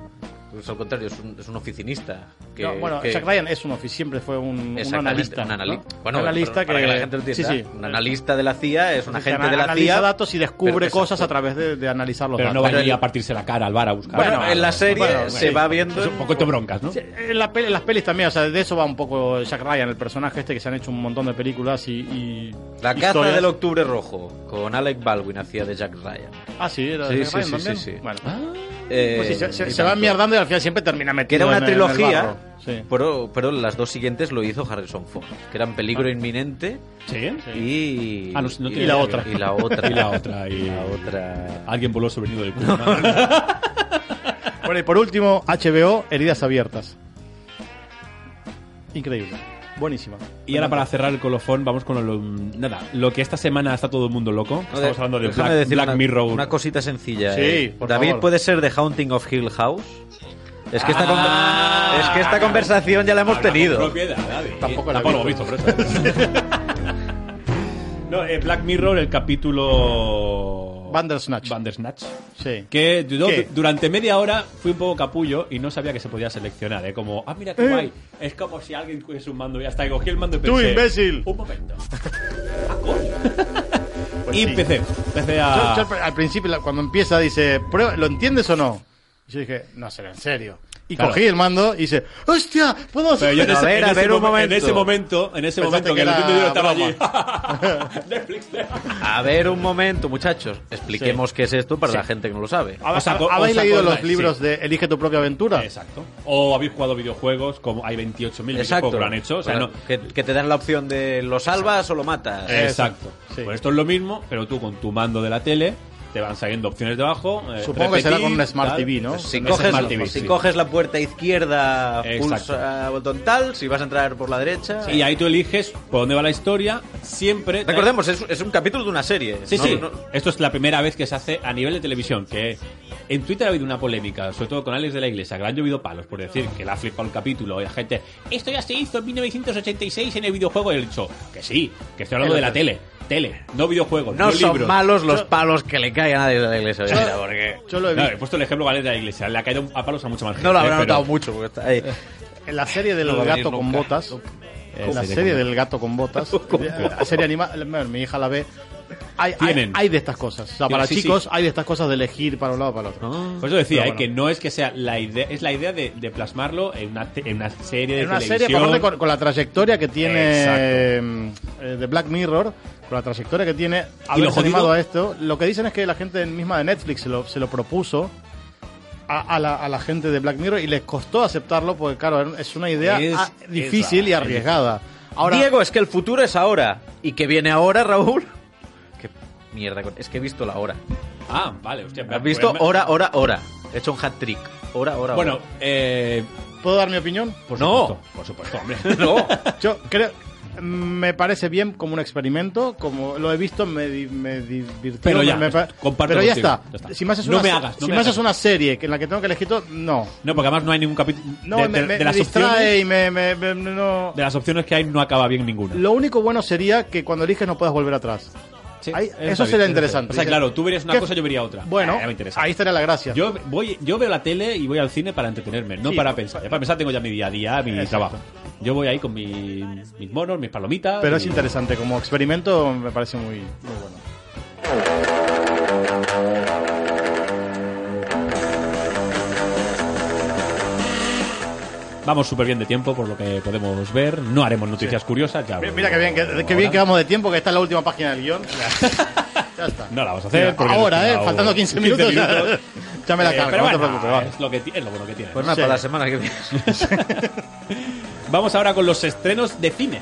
C: Pues al contrario, es un, es un oficinista. Que,
B: No, bueno,
C: que-
B: Jack Ryan es un oficio, siempre fue un, un
C: Exactamente,
B: analista.
C: un anali-
B: ¿no?
C: Bueno,
B: Un analista
C: pero para
B: que,
C: la gente lo entienda,
B: sí, sí.
C: Un analista de la CIA es un
B: Que
C: agente
B: ana-
C: de la
B: analiza
C: CIA.
B: datos y
C: pero-
B: descubre
C: exacto.
B: cosas a través de, de analizar los
A: Pero no
B: datos.
A: va
C: Pero
A: a ir
C: el-
A: a partirse la cara al bar a buscar.
C: Bueno,
B: Bueno,
C: en la serie
B: bueno,
C: se
B: sí.
C: va viendo.
A: Es un poquito broncas, ¿no?
B: Sí, en, Eh, la peli- en las pelis también, o sea, de eso va un poco Jack Ryan, el personaje este que se han hecho un montón de películas y. y
C: La caza
B: historias.
C: del octubre rojo, con Alec Baldwin hacía de Jack Ryan.
B: Ah, sí, era
C: Sí,
B: de Jack
C: sí,
B: Ryan
C: sí,
B: también.
C: sí, sí.
B: Bueno.
C: Eh,
B: Pues sí, se, se-
C: y
B: se va
C: tanto.
B: enmierdando y al final siempre termina metido.
C: Que era una
B: en- en el barro.
C: trilogía,
B: Sí.
C: pero, pero las dos siguientes lo hizo Harrison Ford, que eran
B: Ah.
C: Peligro Inminente
A: Sí.
C: y,
A: Ah, no, no
C: y,
A: tiene
C: la
A: nada
C: otra.
A: que
C: Y la otra.
A: Y la otra. Y
C: La otra.
A: Alguien voló su venido del culo. ¿no?
B: Bueno, y por último, HBO, Heridas Abiertas. Increíble. Buenísima.
A: Y ahora para cerrar el colofón vamos con lo, nada, lo que esta semana está todo el mundo loco. que Estamos hablando de
C: Déjame
A: Black,
C: decir
A: Black
C: una,
A: Mirror.
C: Una cosita sencilla.
B: Sí,
C: eh.
B: por
C: David
B: favor.
C: puede ser The Haunting of Hill House. Es que esta, con-
A: Ah,
C: es que esta conversación ya la hemos
A: Habla con
C: tenido.
A: propiedad, David.
B: Tampoco la he
A: Tampoco lo he visto, por eso. No, eh, Black Mirror, el capítulo.
B: Bandersnatch.
A: Bandersnatch.
B: Sí.
A: Que yo
B: ¿Qué?
A: durante media hora fui un poco capullo y no sabía que se podía seleccionar. ¿eh? Como, ah, mira qué
B: Eh.
A: guay. Es como si alguien cogiese un mando y hasta que cogí el mando y
B: ¡Tú,
A: pensé.
B: imbécil!
A: Un momento. Ah, coño.
B: Pues
A: y
B: sí.
A: empecé. Empecé a.
B: Yo- yo al pr- al principio, la- cuando empieza, dice, "Prueba- ¿lo entiendes o no? Y yo dije, no será en serio. Y
A: Claro.
B: cogí el mando y dice, ¡hostia! ¡Puedo hacer
A: Pero yo en
C: A
A: ese,
C: ver,
A: en
C: a
A: ese
C: ver, un
A: momen-
C: momento.
A: en ese momento, en ese
B: Pensaste
A: momento
B: que
A: que, lo
B: era
A: el yo estaba
B: broma.
A: allí. Netflix. ¿eh?
C: A ver, un momento, muchachos. Expliquemos qué es esto para la gente que no lo sabe.
A: O sea, co-
B: ¿Habéis
A: os
B: leído los
A: acordáis,
B: libros
A: sí.
B: de Elige tu propia aventura?
A: Exacto. O habéis jugado videojuegos, como hay 28.000 videojuegos que lo han hecho. O sea, no.
C: que, que te dan la opción de lo salvas o lo matas.
A: Exacto.
B: Sí.
A: Pues esto es lo mismo, pero tú con tu mando de la tele te van saliendo opciones debajo. eh,
B: Supongo que será con
A: repetir,
B: un Smart
A: tal.
B: TV, ¿no?
C: Si,
A: Es
C: coges,
A: Smart TV,
C: si
A: sí.
C: coges la puerta izquierda,
A: Exacto.
C: pulsa botón tal. Si vas a entrar por la derecha.
A: Y ahí tú eliges por dónde va la historia. Siempre.
C: Recordemos, es, es un capítulo de una serie.
A: Sí,
C: No-
A: sí.
C: no-
A: Esto es la primera vez que se hace a nivel de televisión. Que en Twitter ha habido una polémica, sobre todo con Alex de la Iglesia, que le han llovido palos por decir que la ha flipado el capítulo. Y la gente, esto ya se hizo en 1986 en el videojuego. Y él ha dicho, que sí, que estoy hablando de la tele. Tele, no videojuegos, no,
C: no son
A: libros.
C: malos los palos que le caigan a nadie de la iglesia. de verdad, porque
B: Yo lo he
A: Claro,
B: visto.
A: he puesto el ejemplo de Alex de la Iglesia. Le ha caído a palos a mucha más gente. eh,
C: no lo habrá
A: pero-
C: notado mucho. Porque está ahí.
B: En la serie del
C: No va a venir
B: gato con
C: nunca.
B: botas. En la
A: Eh, serie
B: serie
A: con-
B: del gato con botas. eh, la serie animada. Mi hija la ve. Hay, hay-
A: Tienen.
B: hay de estas cosas. O sea, para
A: Sí, sí.
B: chicos hay de estas cosas de elegir para un lado o para el otro.
A: Por eso decía,
B: Pero
A: eh,
B: bueno.
A: que no es que sea la idea, es la idea de, de plasmarlo en una, te- en una serie de
B: En una serie,
A: televisión.
B: pero aparte con, con la trayectoria que tiene
A: Exacto.
B: em, eh, de Black Mirror, con la trayectoria que tiene
A: lo
B: haberse
A: jodido?
B: animado a esto, lo que dicen es que la gente misma de Netflix se lo, se lo propuso a, a la, a la gente de Black Mirror y les costó aceptarlo porque, claro, es una idea
A: Es-
B: ah, difícil
A: esa,
B: y arriesgada. Ahora,
C: Diego, es que el futuro es ahora. ¿Y que viene ahora, Raúl? Qué mierda. con- Es que he visto la hora.
A: Ah, vale, hostia.
C: ¿Has visto?
A: pues me-
C: Hora, hora, hora. He hecho un hat trick. Hora, hora,
A: Bueno, eh,
B: ¿puedo dar mi opinión?
A: por
C: No.
A: supuesto, por supuesto, hombre.
C: hora. No.
B: Yo creo. Me parece bien como un experimento, como lo he visto, me, di- me divirtió.
A: Pero ya,
B: me pa-
A: comparto
B: pero ya
A: contigo,
B: está.
A: ya está.
B: Si me haces
A: No
B: una,
A: me
B: se-
A: hagas, no
B: si
A: me
B: me haces
A: hagas.
B: una serie que en la que tengo que elegir todo, no.
A: No, porque además no hay ningún capítulo.
B: No,
A: de,
B: me,
A: de-
B: me-
A: de
B: me
A: las
B: distrae
A: opciones,
B: y me, me- me- no.
A: de las opciones que hay no acaba bien ninguna.
B: Lo único bueno sería que cuando eliges no puedas volver atrás.
A: Sí,
B: Ahí-
A: está
B: eso
A: bien,
B: sería
A: está
B: interesante.
A: bien. O sea, claro, tú verías una
B: ¿Qué-
A: cosa, yo vería otra.
B: Bueno,
A: Ah, me interesa.
B: ahí estaría la gracia.
A: Yo voy, yo veo la tele y voy al cine para entretenerme, no
B: Sí,
A: para
B: pa-
A: pensar. Ya para pensar tengo ya mi día a día, mi
B: Exacto.
A: trabajo. Yo voy ahí con mi- mis monos, mis palomitas.
B: Pero es
A: mi-
B: interesante, como experimento me parece muy, muy bueno.
A: Vamos súper bien de tiempo, por lo que podemos ver. No haremos noticias curiosas. Ya
B: Mi-
A: lo-
B: Mira qué bien, que, que
A: ahora.
B: bien que vamos de tiempo, que esta es la última página del guión. ya está.
A: No la vas a hacer.
B: Mira,
A: porque
B: ahora,
A: no-
B: eh,
A: no-
B: faltando 15 minutos. ya-
A: minutos.
B: Ya, me la
A: Eh,
B: cargo,
A: pero
B: no te
A: bueno,
B: preocupes. va.
A: es, lo que ti- es lo bueno que tiene.
C: Pues nada,
B: Sí.
C: para la semana que viene.
A: Vamos ahora con los estrenos de cine.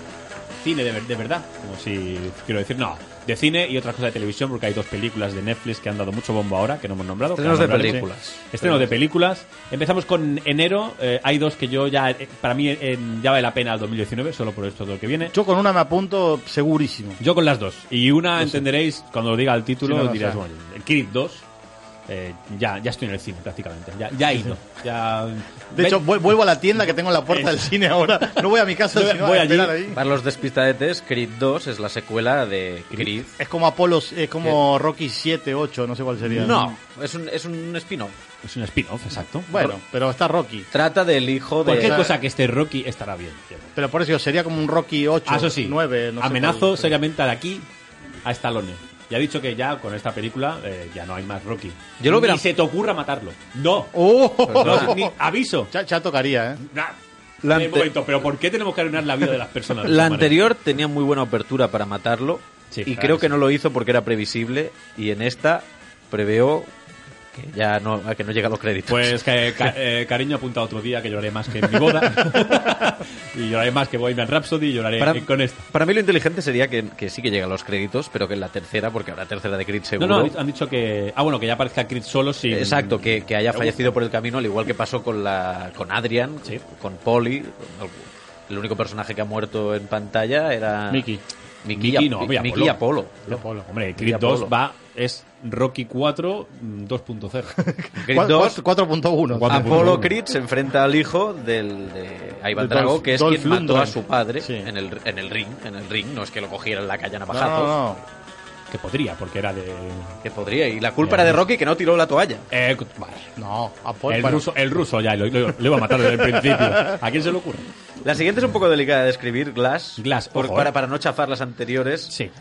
A: Cine de, ver- de verdad. Como si quiero decir, no. De cine y otras cosas de televisión, porque hay dos películas de Netflix que han dado mucho bombo ahora, que no hemos nombrado. que
C: Estrenos de
A: ahora nombraremos.
C: películas.
A: Estrenos de películas. Empezamos con enero. eh, hay dos que yo ya, eh, para mí, en- ya vale la pena el 2019, solo por esto todo lo que viene.
B: Yo con una me apunto segurísimo.
A: Yo con las dos. Y una entenderéis cuando lo diga el título,
B: Sí, no, no,
A: dirás,
B: o sea.
A: bueno, el Creed 2. eh, ya, ya estoy en el cine prácticamente. Ya, ya he ido. Ya,
B: De hecho, vu- vuelvo a la tienda que tengo en la puerta del cine ahora. No voy a mi casa,
A: Eh. Yo
B: sino
A: voy
B: a
A: allí.
B: esperar ahí.
C: Para los despistadetes, Creed 2 es la secuela de Creed.
B: Es como Apolo, es como Rocky 7, 8, no sé cuál sería.
C: No, es un, es un spin-off.
A: es un spin-off, exacto.
B: Bueno, eh, pero está Rocky.
C: Trata del hijo de...
A: Cualquier
B: o sea,
A: cosa que esté Rocky estará bien.
B: Pero por eso sería como un Rocky 8,
A: Ah, eso sí,
B: 9, no sé
A: amenazo
B: cuál.
A: seriamente de aquí a Stallone. Ya ha dicho que ya con esta película eh, ya no hay más Rocky.
C: Yo lo hubiera-
A: Ni se te ocurra matarlo. No.
B: ¡Oh!
A: No, ni- aviso.
B: ya, ya tocaría, ¿eh?
A: Nah.
C: La
A: Eh,
C: ante-
A: momento, pero ¿por qué tenemos que arruinar la vida de las personas? de
C: La
A: esta manera?
C: anterior tenía muy buena apertura para matarlo
A: Sí,
C: y
A: claro
C: creo
A: que
C: que
A: sí.
C: no lo hizo porque era previsible y en esta preveo que ya no, a que no llega a los créditos.
A: Pues que, ca- eh, cariño apunta otro día que lloraré más que en mi boda. y lloraré más que Bohemian Rhapsody y lloraré
C: para,
A: eh, con esta.
C: para mí lo inteligente sería que, que sí que llega a los créditos, pero que en la tercera, porque habrá tercera de Creed
A: No,
C: seguro.
A: no, han dicho- han dicho que. Ah, bueno, que ya aparezca Creed solo sin.
C: Exacto, que, que haya
A: Me
C: fallecido por el camino, al igual que pasó con la con Adrian,
A: Sí.
C: con Polly. con algo- El único personaje que ha muerto en pantalla era.
B: Mickey.
C: Mickey,
A: Mickey,
C: y,
A: no,
C: Ap-
A: y Apolo.
C: Mickey y Apolo.
A: Apolo. Hombre,
C: Y
A: Creed
C: Apolo.
A: 2 va. Es Rocky 4 mm, 2.0.
C: Creed
B: Cuat-
C: 2,
B: cuatro- 4.1.
C: Apolo Creed se enfrenta al hijo del, de Ivan
B: De
C: Drago,
B: Dolph-
C: que es
B: Dolph
C: quien mató
B: Lundgren.
C: a su padre
B: Sí.
C: en, el, en el ring. En el ring, no es que lo cogiera en la calle a
B: No,
C: navajazos.
B: no, no.
A: Que podría, porque era de.
C: Que podría. Y la
B: Eh,
C: culpa era de Rocky que no tiró la toalla.
A: Eh, vale.
B: No,
C: Pues
B: Apol-
A: El
B: bueno,
A: ruso, el ruso ya, lo, lo- lo iba a matar desde el principio. ¿A quién se le ocurre?
C: La siguiente es un poco delicada de escribir, Glass.
A: Glass,
C: por-
A: ojo, eh.
C: para, para no chafar las anteriores.
A: Sí,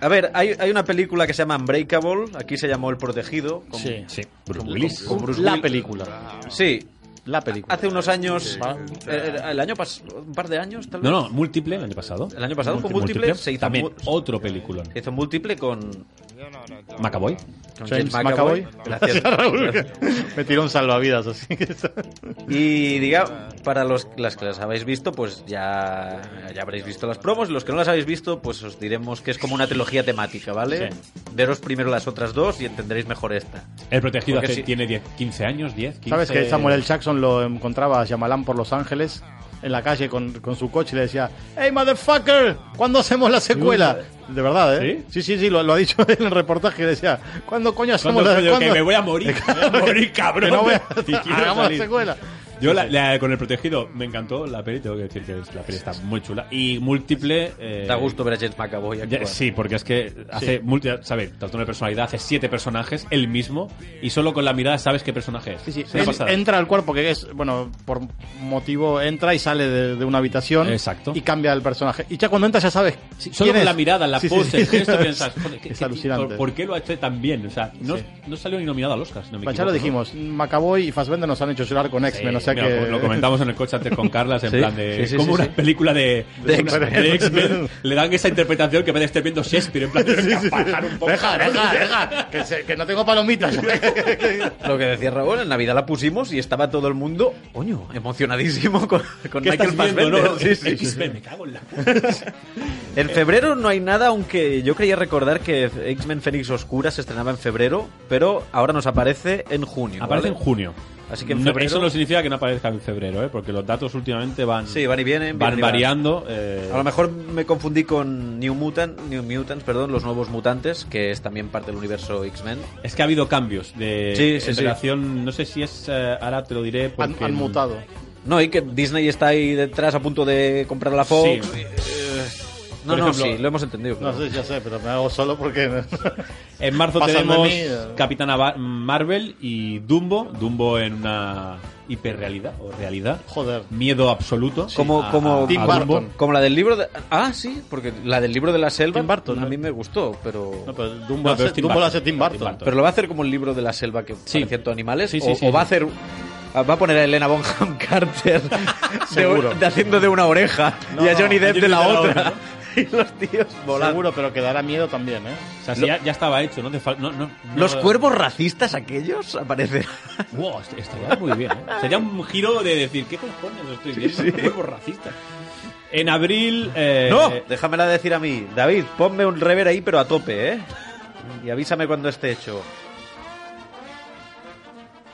C: A ver, hay, hay una película que se llama Unbreakable. Aquí se llamó El Protegido. con-
B: Sí.
A: sí. Bruce Willis.
C: con Bruce
B: la
C: Will-
B: película.
C: Sí.
B: La película.
C: Hace unos años.
B: Ah.
C: eh, El año pasado. Un par de años, tal vez.
A: No, no, múltiple el año pasado.
C: El año pasado fue múltiple, se hizo
A: También
C: mu- Eh,
A: otro película.
C: Hizo múltiple con.
A: Macaboy.
C: con
B: James
C: James
B: McAvoy.
C: Gracias.
B: Me tiró un salvavidas así.
C: Y diga, para los, las que las habéis visto, pues ya, ya habréis visto las promos. Los que no las habéis visto, pues os diremos que es como una trilogía temática, ¿vale? Veros primero las otras dos y entenderéis mejor esta.
A: El protegido
C: Porque
A: hace-
C: sí.
A: tiene 10, 15 años, 10, 15.
B: ¿Sabes que Samuel L. Jackson lo encontraba a Yamalán por Los Ángeles? En la calle con, con su coche y le decía, ¡Hey, motherfucker! ¿Cuándo hacemos la secuela? De verdad, ¿eh? Sí, sí, sí, lo, lo ha dicho en el reportaje. Le decía, ¿cuándo coño hacemos
A: ¿Cuándo,
B: la
A: coño,
B: secuela?
A: que me voy a morir, me voy a morir, cabrón.
B: no voy a-
A: Y quiero
B: Hagamos la
A: salir.
B: secuela.
A: Yo la- la- con el protegido me encantó la peli, tengo que decir que es- la peli está muy chula. Y múltiple. eh,
C: Da gusto ver a James McAvoy
A: ya-
C: actuar.
A: sí, porque es que hace multi, sabes, tanto una personalidad, hace siete personajes, el mismo, y solo con la mirada sabes qué personaje es.
B: Sí, sí.
A: Es una
B: En-
A: pasada.
B: entra al cuerpo que es, bueno, por motivo entra y sale de, de una habitación.
A: Exacto.
B: Y cambia el personaje. Y ya cuando entra ya sabes.
A: Sí, solo
B: quién
A: con
B: es.
A: la mirada, la
B: Sí, sí,
A: pose,
B: sí.
A: el gesto, piensas, joder, ¿qué-
B: es
A: qué-
B: alucinante.
A: ¿por, por qué lo ha hecho tan bien? O sea, no,
B: Sí.
A: no salió ni nominado al Oscar, si no me
B: Bueno, ya
A: equivoco,
B: lo
A: ¿no?
B: dijimos, McAvoy y Fassbender nos han hecho llorar con
A: Sí,
B: X-Men, o sea
A: mira,
B: que...
A: pues Lo comentamos en el coche antes con Carlas, en
C: Sí,
A: plan de.
C: sí, sí,
A: como
C: sí,
A: una
C: sí.
A: película de,
C: De
A: una-
C: X-Men.
A: de X-Men. Le dan esa interpretación que en vez de estar viendo Shakespeare, en plan de bajar un poco.
B: Deja, deja, deja, que, se- que no tengo palomitas.
A: Pues
C: Lo que decía Raúl, en Navidad la pusimos y estaba todo el mundo, coño, emocionadísimo con, con
A: ¿Qué
C: Michael
A: estás viendo,
C: Fassbender.
A: no?
C: Sí, sí.
A: X-Men, me cago en la puta.
C: En febrero no hay nada, aunque yo creía recordar que X-Men Fénix Oscura se estrenaba en febrero, pero ahora nos aparece en junio.
A: Aparece en
C: ¿vale?
A: junio.
C: Así que en
A: No,
C: febrero-
A: eso no significa que no aparezca en febrero, ¿eh? porque los datos últimamente van,
C: Sí, van y vienen.
A: van
C: vienen y
A: variando. eh,
C: A lo mejor me confundí con New Mutant, New Mutants, perdón, los nuevos mutantes, que es también parte del universo X-Men.
A: Es que ha habido cambios de
C: Sí, sí,
A: en
C: sí.
A: relación, no sé si es, eh, ahora te lo diré
B: han,
A: porque
B: han mutado.
C: No, y que Disney está ahí detrás a punto de comprar la Fox.
A: Sí.
C: Eh, eh, No,
A: Por
C: no,
A: ejemplo-
C: sí, lo hemos entendido.
B: No
C: claro.
B: sé, ya sé, pero me hago solo porque...
A: En marzo
B: Pasan de
A: tenemos
B: mí, eh.
A: Capitana Ba- Marvel y Dumbo. Dumbo en una hiperrealidad o realidad.
B: Joder.
A: Miedo absoluto.
C: Como-
A: A-
C: como-
A: a
B: Tim
A: Dumbo.
B: Burton.
C: Como la del libro de... Ah, sí, porque la del libro de la selva
B: Tim Burton,
C: a
B: ¿no?
C: mí me gustó, pero...
B: No, pero
A: No,
B: Dumbo,
A: pero
B: hace,
A: es Tim
B: Dumbo lo
A: Burton.
B: hace Tim
A: Tim
B: Burton.
A: Burton.
C: Pero lo va a hacer como el libro de la selva que
A: Sí.
C: sí. animales.
A: Sí, sí,
C: o,
A: sí,
C: o va a
A: sí.
C: hacer. Va a poner a Elena Bonham Carter de,
B: Seguro.
C: de haciendo de una oreja
B: No,
C: y a
B: no,
C: Johnny Depp de la, otra.
A: ¿no?
C: y los tíos volando.
B: Seguro, pero que dará miedo también, ¿eh?
A: O sea, si ya, ya estaba hecho, no te fal- no- no- no-
C: Los cuervos racistas aquellos aparecen.
A: Wow, est- estaría muy bien. ¿eh? Sería un giro de decir, ¿qué cojones estoy viendo? Cuervos racistas. En abril. eh,
C: no, déjamela decir a mí. David, ponme un rever ahí, pero a tope, ¿eh? Y avísame cuando esté hecho.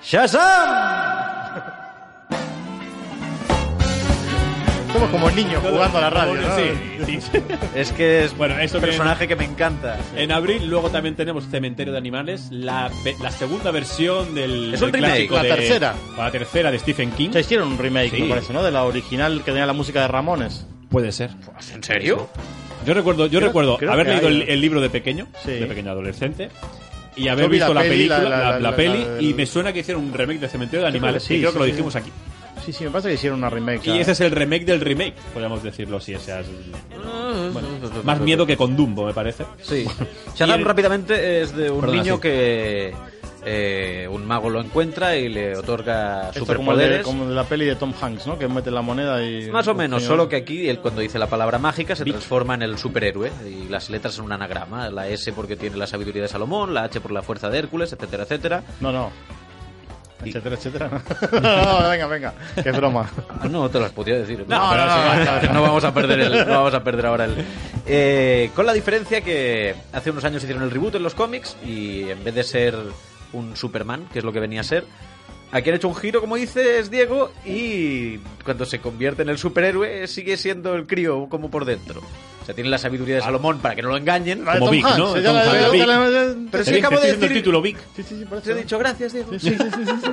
C: ¡Shazam!
B: Somos como niños jugando a la radio, ¿no?
A: Sí, sí.
C: Es que es
A: Bueno, eso
C: un
A: viene-
C: personaje que me encanta.
A: En abril luego también tenemos Cementerio de Animales, la, ve- la segunda versión del,
C: Es un
A: del
C: remake.
A: clásico
B: La
A: de-
B: tercera.
A: La tercera de Stephen King.
B: Ya hicieron un remake,
A: Sí.
B: me parece, ¿no? De la original que tenía la música de Ramones.
A: Puede ser.
C: ¿En serio?
A: Yo recuerdo, yo recuerdo
B: creo
A: haber
B: que
A: leído
B: hay,
A: el,
B: ¿no?
A: el libro de pequeño,
B: Sí.
A: de pequeño adolescente, y haber
B: Yo vi la
A: visto la,
B: peli,
A: película, la,
B: la- la-
A: la
B: la-
A: peli,
B: la-
A: y me suena que hicieron un remake de Cementerio de
B: Creo que
A: Animales,
B: sí,
A: y creo
B: sí,
A: que lo
B: sí,
A: dijimos
B: sí.
A: aquí.
B: Sí, sí, me parece que hicieron una remake.
A: Y
B: ya.
A: ese es el remake del remake, podríamos decirlo si ese es bueno, más miedo que con Dumbo, me parece.
C: Sí. Shazam
A: Y el-
C: rápidamente es de un
A: Perdona,
C: niño
A: sí.
C: que eh, un mago lo encuentra y le otorga
B: Esto como, el de,
C: superpoderes.
B: como la peli de Tom Hanks, ¿no? Que mete la moneda y...
C: Más o menos,
B: Señor.
C: solo que aquí él cuando dice la palabra mágica se transforma en el superhéroe y las letras en un anagrama. La S porque tiene la sabiduría de Salomón, la H por la fuerza de Hércules, etcétera, etcétera.
B: No, no.
C: Y-
B: Etcétera, etcétera. No, no, no, venga, venga. Qué broma.
C: Ah, No, te las podía decir.
B: No, no, no, no, no.
C: No vamos a perder, el- no vamos a perder ahora el... Eh, con la diferencia que hace unos años hicieron el reboot en los cómics y en vez de ser un Superman, que es lo que venía a ser, aquí han hecho un giro, como dices, Diego, y cuando se convierte en el superhéroe sigue siendo el crío como por dentro. O sea, tiene la sabiduría de Salomón para que no lo engañen.
B: La de
A: Como
B: Tom
A: Vic,
B: Hanks,
A: ¿no?
B: ya
A: Tom
B: la-
A: Hanks,
B: ya
A: Vic.
B: la- ya- ya-
C: Pero
A: Te
C: si
A: dije-
C: acabo
A: estoy
C: de
A: diciendo el
C: decir...
A: título Vic.
B: Sí, sí, sí, por
C: Te
B: eso.
C: he dicho gracias, Diego.
B: Sí, sí, sí, sí, sí.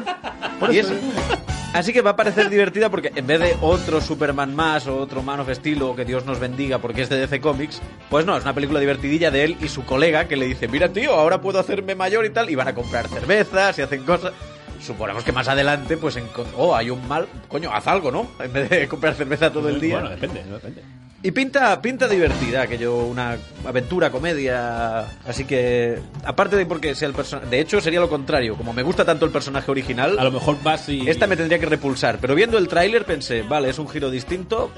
C: Y eso. Así que va a parecer divertida porque en vez de otro Superman más o otro Man of Steel o que Dios nos bendiga porque es de DC Comics, pues no, es una película divertidilla de él y su colega que le dice, mira tío, ahora puedo hacerme mayor y tal, y van a comprar cervezas y hacen cosas. Suponemos que más adelante, pues, encon- oh, hay un mal, coño, haz algo, ¿no? En vez de comprar cerveza todo el día.
A: Bueno, eh. depende, ¿no? depende.
C: Y pinta, pinta divertida, aquello, una aventura, comedia. Así que, aparte de porque sea el personaje. De hecho, sería lo contrario. Como me gusta tanto el personaje original,
A: A lo mejor vas y.
C: esta me tendría que repulsar. Pero viendo el tráiler pensé, vale, es un giro distinto,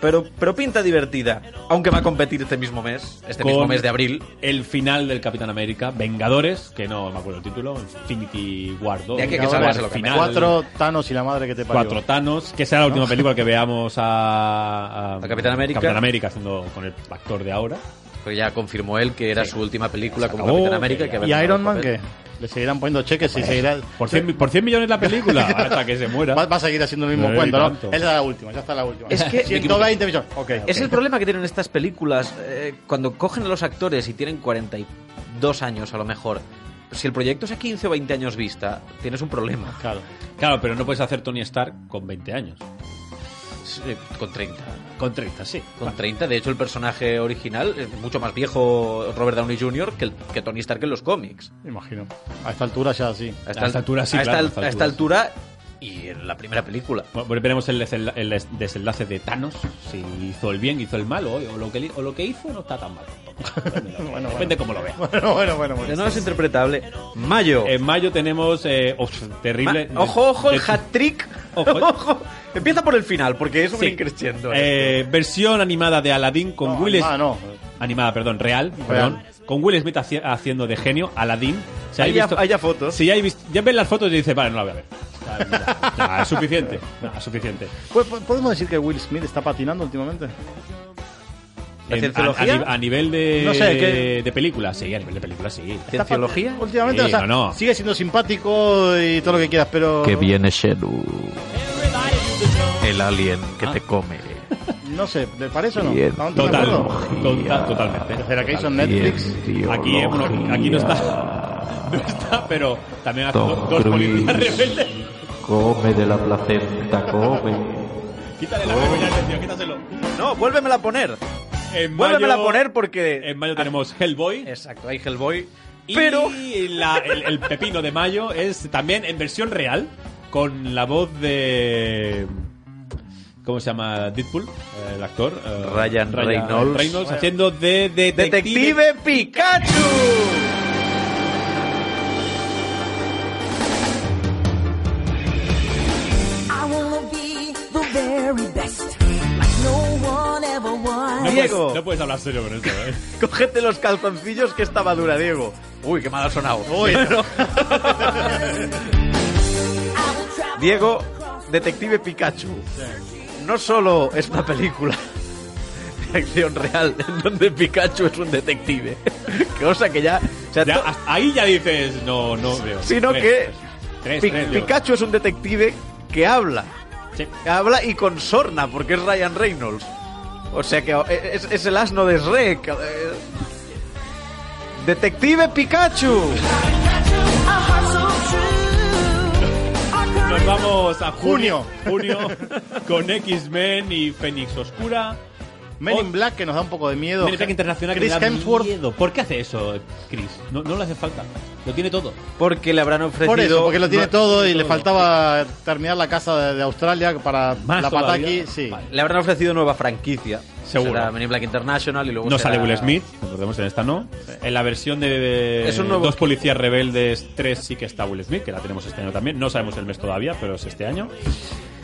C: pero, pero pinta divertida. Aunque va a competir este mismo mes, este
A: con
C: mismo mes de abril.
A: El final del Capitán América, Vengadores, que no me acuerdo el título, Infinity War 2.
C: Ya que- que
A: War
C: salgas a lo que
A: final,
B: Cuatro Thanos y la madre que te parió.
A: cuatro Thanos, que será la última película que veamos a,
C: A Capitán América.
A: Capitán América haciendo con el actor de ahora.
C: Porque ya confirmó él que era su última película como
A: acabó,
C: Capitán América.
A: que
C: Que
A: ya-
C: había
B: ¿Y
C: ganado
B: Iron
C: el
B: Man
C: papel.
B: qué? ¿Le seguirán poniendo cheques y seguirá.?
A: Por 100, mi- por 100 millones la película, hasta que se muera.
B: Va, va a seguir haciendo el mismo
A: No, y
B: cuento, ¿no?
A: tanto.
B: Esa es la última, ya está la última.
C: Es que-
B: 120 millones. Ok.
C: Es el problema que tienen estas películas. eh, cuando cogen a los actores y tienen 42 años a lo mejor. Si el proyecto es a 15 o 20 años vista, tienes un problema.
B: Claro.
A: Claro, pero no puedes hacer Tony Stark con 20 años.
C: Eh, Con 30.
A: Con 30, sí.
C: Con 30, de hecho el personaje original es mucho más viejo Robert Downey Jr. que, el- que Tony Stark en los cómics.
B: Me Imagino. A esta altura ya sí.
C: A
A: A esta altura, sí,
C: a esta,
A: claro,
C: al-
A: a esta
C: a esta altura y en la primera película.
A: Bueno, pues veremos el, desenla- el des- desenlace de Thanos. Si hizo el bien, hizo el mal, o, o lo, que, li- o lo que hizo no está tan mal. tampoco. Depende, depende cómo lo veas.
B: Bueno, bueno, bueno. bueno.
C: No es interpretable. Mayo.
A: En mayo tenemos. eh, uf,
C: Ma-
A: terrible.
C: ojo, ojo, el
A: De-
C: hat-trick.
A: Ojo.
C: Ojo. Empieza por el final, porque es un
A: Sí.
C: increciendo.
A: Eh, versión animada de Aladdin con
B: No,
A: Will
B: Ah,
A: Smith.
B: no.
A: Animada, perdón, real, perdón. Con Will Smith haci- haciendo de genio, Aladdin. Si
C: Hay
A: habéis
C: ya-
A: visto-
C: hay ya fotos.
A: Si ya, visto, ya ves las fotos y dices, vale, no la voy a ver. Vale, mira. Nah, es suficiente. Nah, es suficiente.
B: Pues, po- ¿Podemos decir que Will Smith está patinando últimamente?
A: En-
C: ¿La
A: a-
C: cienciología?
A: a, ni- a nivel de,
B: No sé, ¿qué?
A: de película, sí, a nivel de película, sí.
B: ¿Está pat-
C: ¿Cienciología?
B: Últimamente,
A: Sí,
B: o sea,
A: no, no.
B: sigue siendo simpático y todo lo que quieras, pero.
H: Shelu, el alien
A: Ah.
H: que te come.
B: No sé, ¿le parece o no?
H: Bien.
B: ¿Estamos de
A: Total,
B: acuerdo?
A: total, totalmente.
B: ¿Será que hizo en
A: Totalmente.
B: Netflix?
A: Aquí, eh, bueno, aquí no está. No está, pero también hace dos, dos policías rebeldes.
H: Come de la placenta, come.
A: Quítale la vergüenza, tío, quítaselo.
C: No, vuélvemela a poner.
A: En
C: Vuélvemela a
A: mayo-
C: poner porque.
A: En mayo tenemos Hellboy.
C: Exacto, hay Hellboy.
A: Y
C: Pero.
A: la- el, el pepino de mayo es también en versión real, con la voz de. ¿Cómo se llama? Deadpool, eh, el actor. eh,
C: Ryan Reynolds.
A: Reynolds haciendo de detective.
C: ¡Detective Pikachu!
G: I wanna be the very best, like no one ever was.
A: No puedes,
C: Diego.
A: no puedes hablar serio con esto, ¿eh?
C: Cógete los calzoncillos que estaba dura, Diego. Uy, qué mal ha sonado.
G: I will travel
C: Diego,
G: across
C: Detective Pikachu. No solo es una película de acción real en donde Pikachu es un detective. Cosa que ya... o sea,
A: Ya,
C: to-
A: hasta ahí ya dices, no, no veo.
C: sino
A: Tres,
C: que
A: Tres,
C: Pi-
A: tres, Diego.
C: Pikachu es un detective que habla.
A: Sí.
C: Que habla y consorna, porque es Ryan Reynolds. O sea que eh, es, es el asno de Shrek. eh. ¡Detective Pikachu!
G: a heart so true. Our
A: Nos vamos a junio.
B: Junio.
A: Junio con X-Men y Fénix Oscura.
B: Men
A: Oh.
B: in Black que nos da un poco de miedo.
A: American Internacional
B: Chris
A: que le da
B: Hemsworth.
A: miedo. ¿Por qué hace eso, Chris? No, no le hace falta. Lo tiene todo.
C: Porque le habrán ofrecido...
B: Por eso, porque lo tiene
C: no-
B: todo y le faltaba terminar la casa de, de Australia para
A: Más
B: la
A: todavía.
B: pataki. Sí.
A: Vale.
C: Le habrán ofrecido nueva franquicia.
A: Seguro.
C: Será Men in Black International y luego
A: No
C: será-
A: sale Will Smith, recordemos en esta no. En la versión de
C: Es un nuevo-
A: Dos Policías Rebeldes 3 sí que está Will Smith, que la tenemos este año también. No sabemos el mes todavía, pero es este año.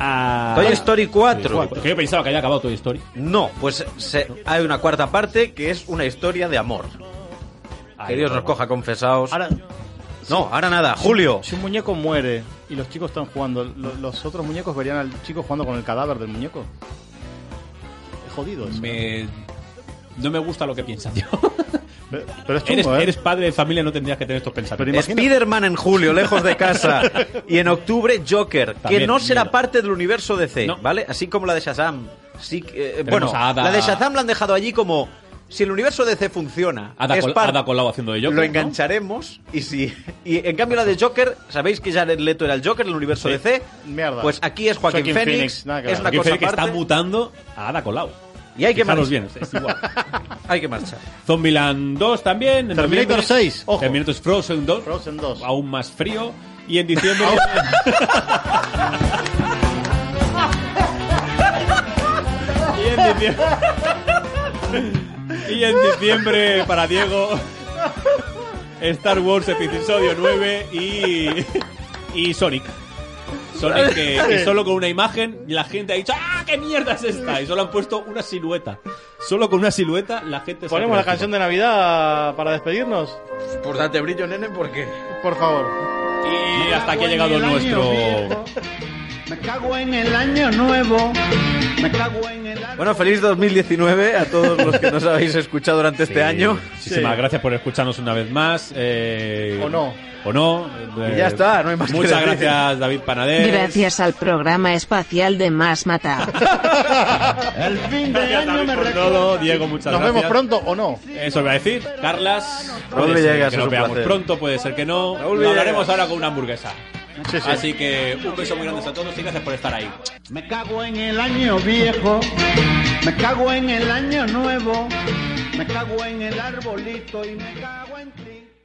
A: Ah,
C: Toy Story 4.
A: Que yo pensaba que había acabado Toy Story.
C: No, pues se- hay una cuarta parte que es una historia de amor. que
A: Ahí
C: Dios
A: lo
C: nos
A: tengo.
C: coja confesados.
B: Ahora,
C: no, ahora nada, Julio.
B: si un muñeco muere y los chicos están jugando, lo- ¿los otros muñecos verían al chico jugando con el cadáver del muñeco? Es jodido eso. ¿no?
A: Me- No me gusta lo que piensas, tío.
B: Pe- Pero es
A: eres,
B: chungo, ¿eh?
A: eres padre de familia, no tendrías que tener estos pensamientos.
B: Pero imagina-
C: Spider-Man en julio, lejos de casa. y en octubre, Joker, que
A: También,
C: no será
A: miedo.
C: parte del universo DC,
A: No.
C: ¿vale? Así como la de Shazam. Sí, que- eh,
A: Tenemos
C: bueno,
A: a Ada.
C: la de Shazam la han dejado allí como. si el universo DC funciona,
A: Ada,
C: es
A: Col-
C: par-
A: Ada Colau haciendo de Joker.
C: lo
A: ¿no?
C: engancharemos y si y en cambio la de Joker, sabéis que Jared Leto era el Joker en el universo
A: Sí.
C: DC,
B: Mierda.
C: pues aquí es Joaquín,
B: Joaquin
C: Phoenix,
B: Phoenix, nada que
C: es
B: ver.
C: una
A: Joaquín
C: cosa
A: Phoenix
C: aparte
A: está mutando a Ada Colau.
C: y hay que
A: Fijaros
C: marchar.
A: bien, es igual.
C: Hay que marchar.
A: Zombieland 2 también. en
B: Terminator
A: noviembre.
B: 6, ojo.
A: Terminator Frozen 2.
B: Frozen 2.
A: Aún más frío. Y en diciembre. y en diciembre. y en diciembre para Diego. Star Wars Episodio 9 y. y Sonic. Sonic que, y solo con una imagen la gente ha dicho ¡Ah, qué mierda es esta! Y solo han puesto una silueta. Solo con una silueta la gente se ha
B: ¿Ponemos la
A: creativo.
B: canción de Navidad para despedirnos?
C: Pues date brillo, nene, porque
B: Por favor.
A: Y hasta aquí ha llegado nuestro.
C: Bueno, feliz 2019 a todos los que nos habéis escuchado durante este año.
A: Muchísimas
B: Sí.
A: gracias por escucharnos una vez más. eh,
B: O no.
A: O no. eh,
C: Y ya está, no hay más que
A: Muchas
C: decir.
A: gracias, David Panader.
I: Gracias al programa espacial de Más Matao.
B: El fin
A: Gracias, David, por todo. Diego,
B: Nos
A: muchas gracias.
B: vemos pronto o no.
A: Eso iba a decir. Carlas. puede
C: Raúl
A: ser
C: Villegas,
A: que
C: es
A: nos
C: un
A: veamos
C: placer.
A: pronto, puede ser que no.
C: Raúl
A: Lo hablaremos
C: Villegas.
A: ahora con una hamburguesa.
B: Sí, sí.
A: Así que un beso muy grande a todos y gracias por estar ahí.
F: Me cago en el año viejo, me cago en el año nuevo, me cago en el arbolito y me cago en ti.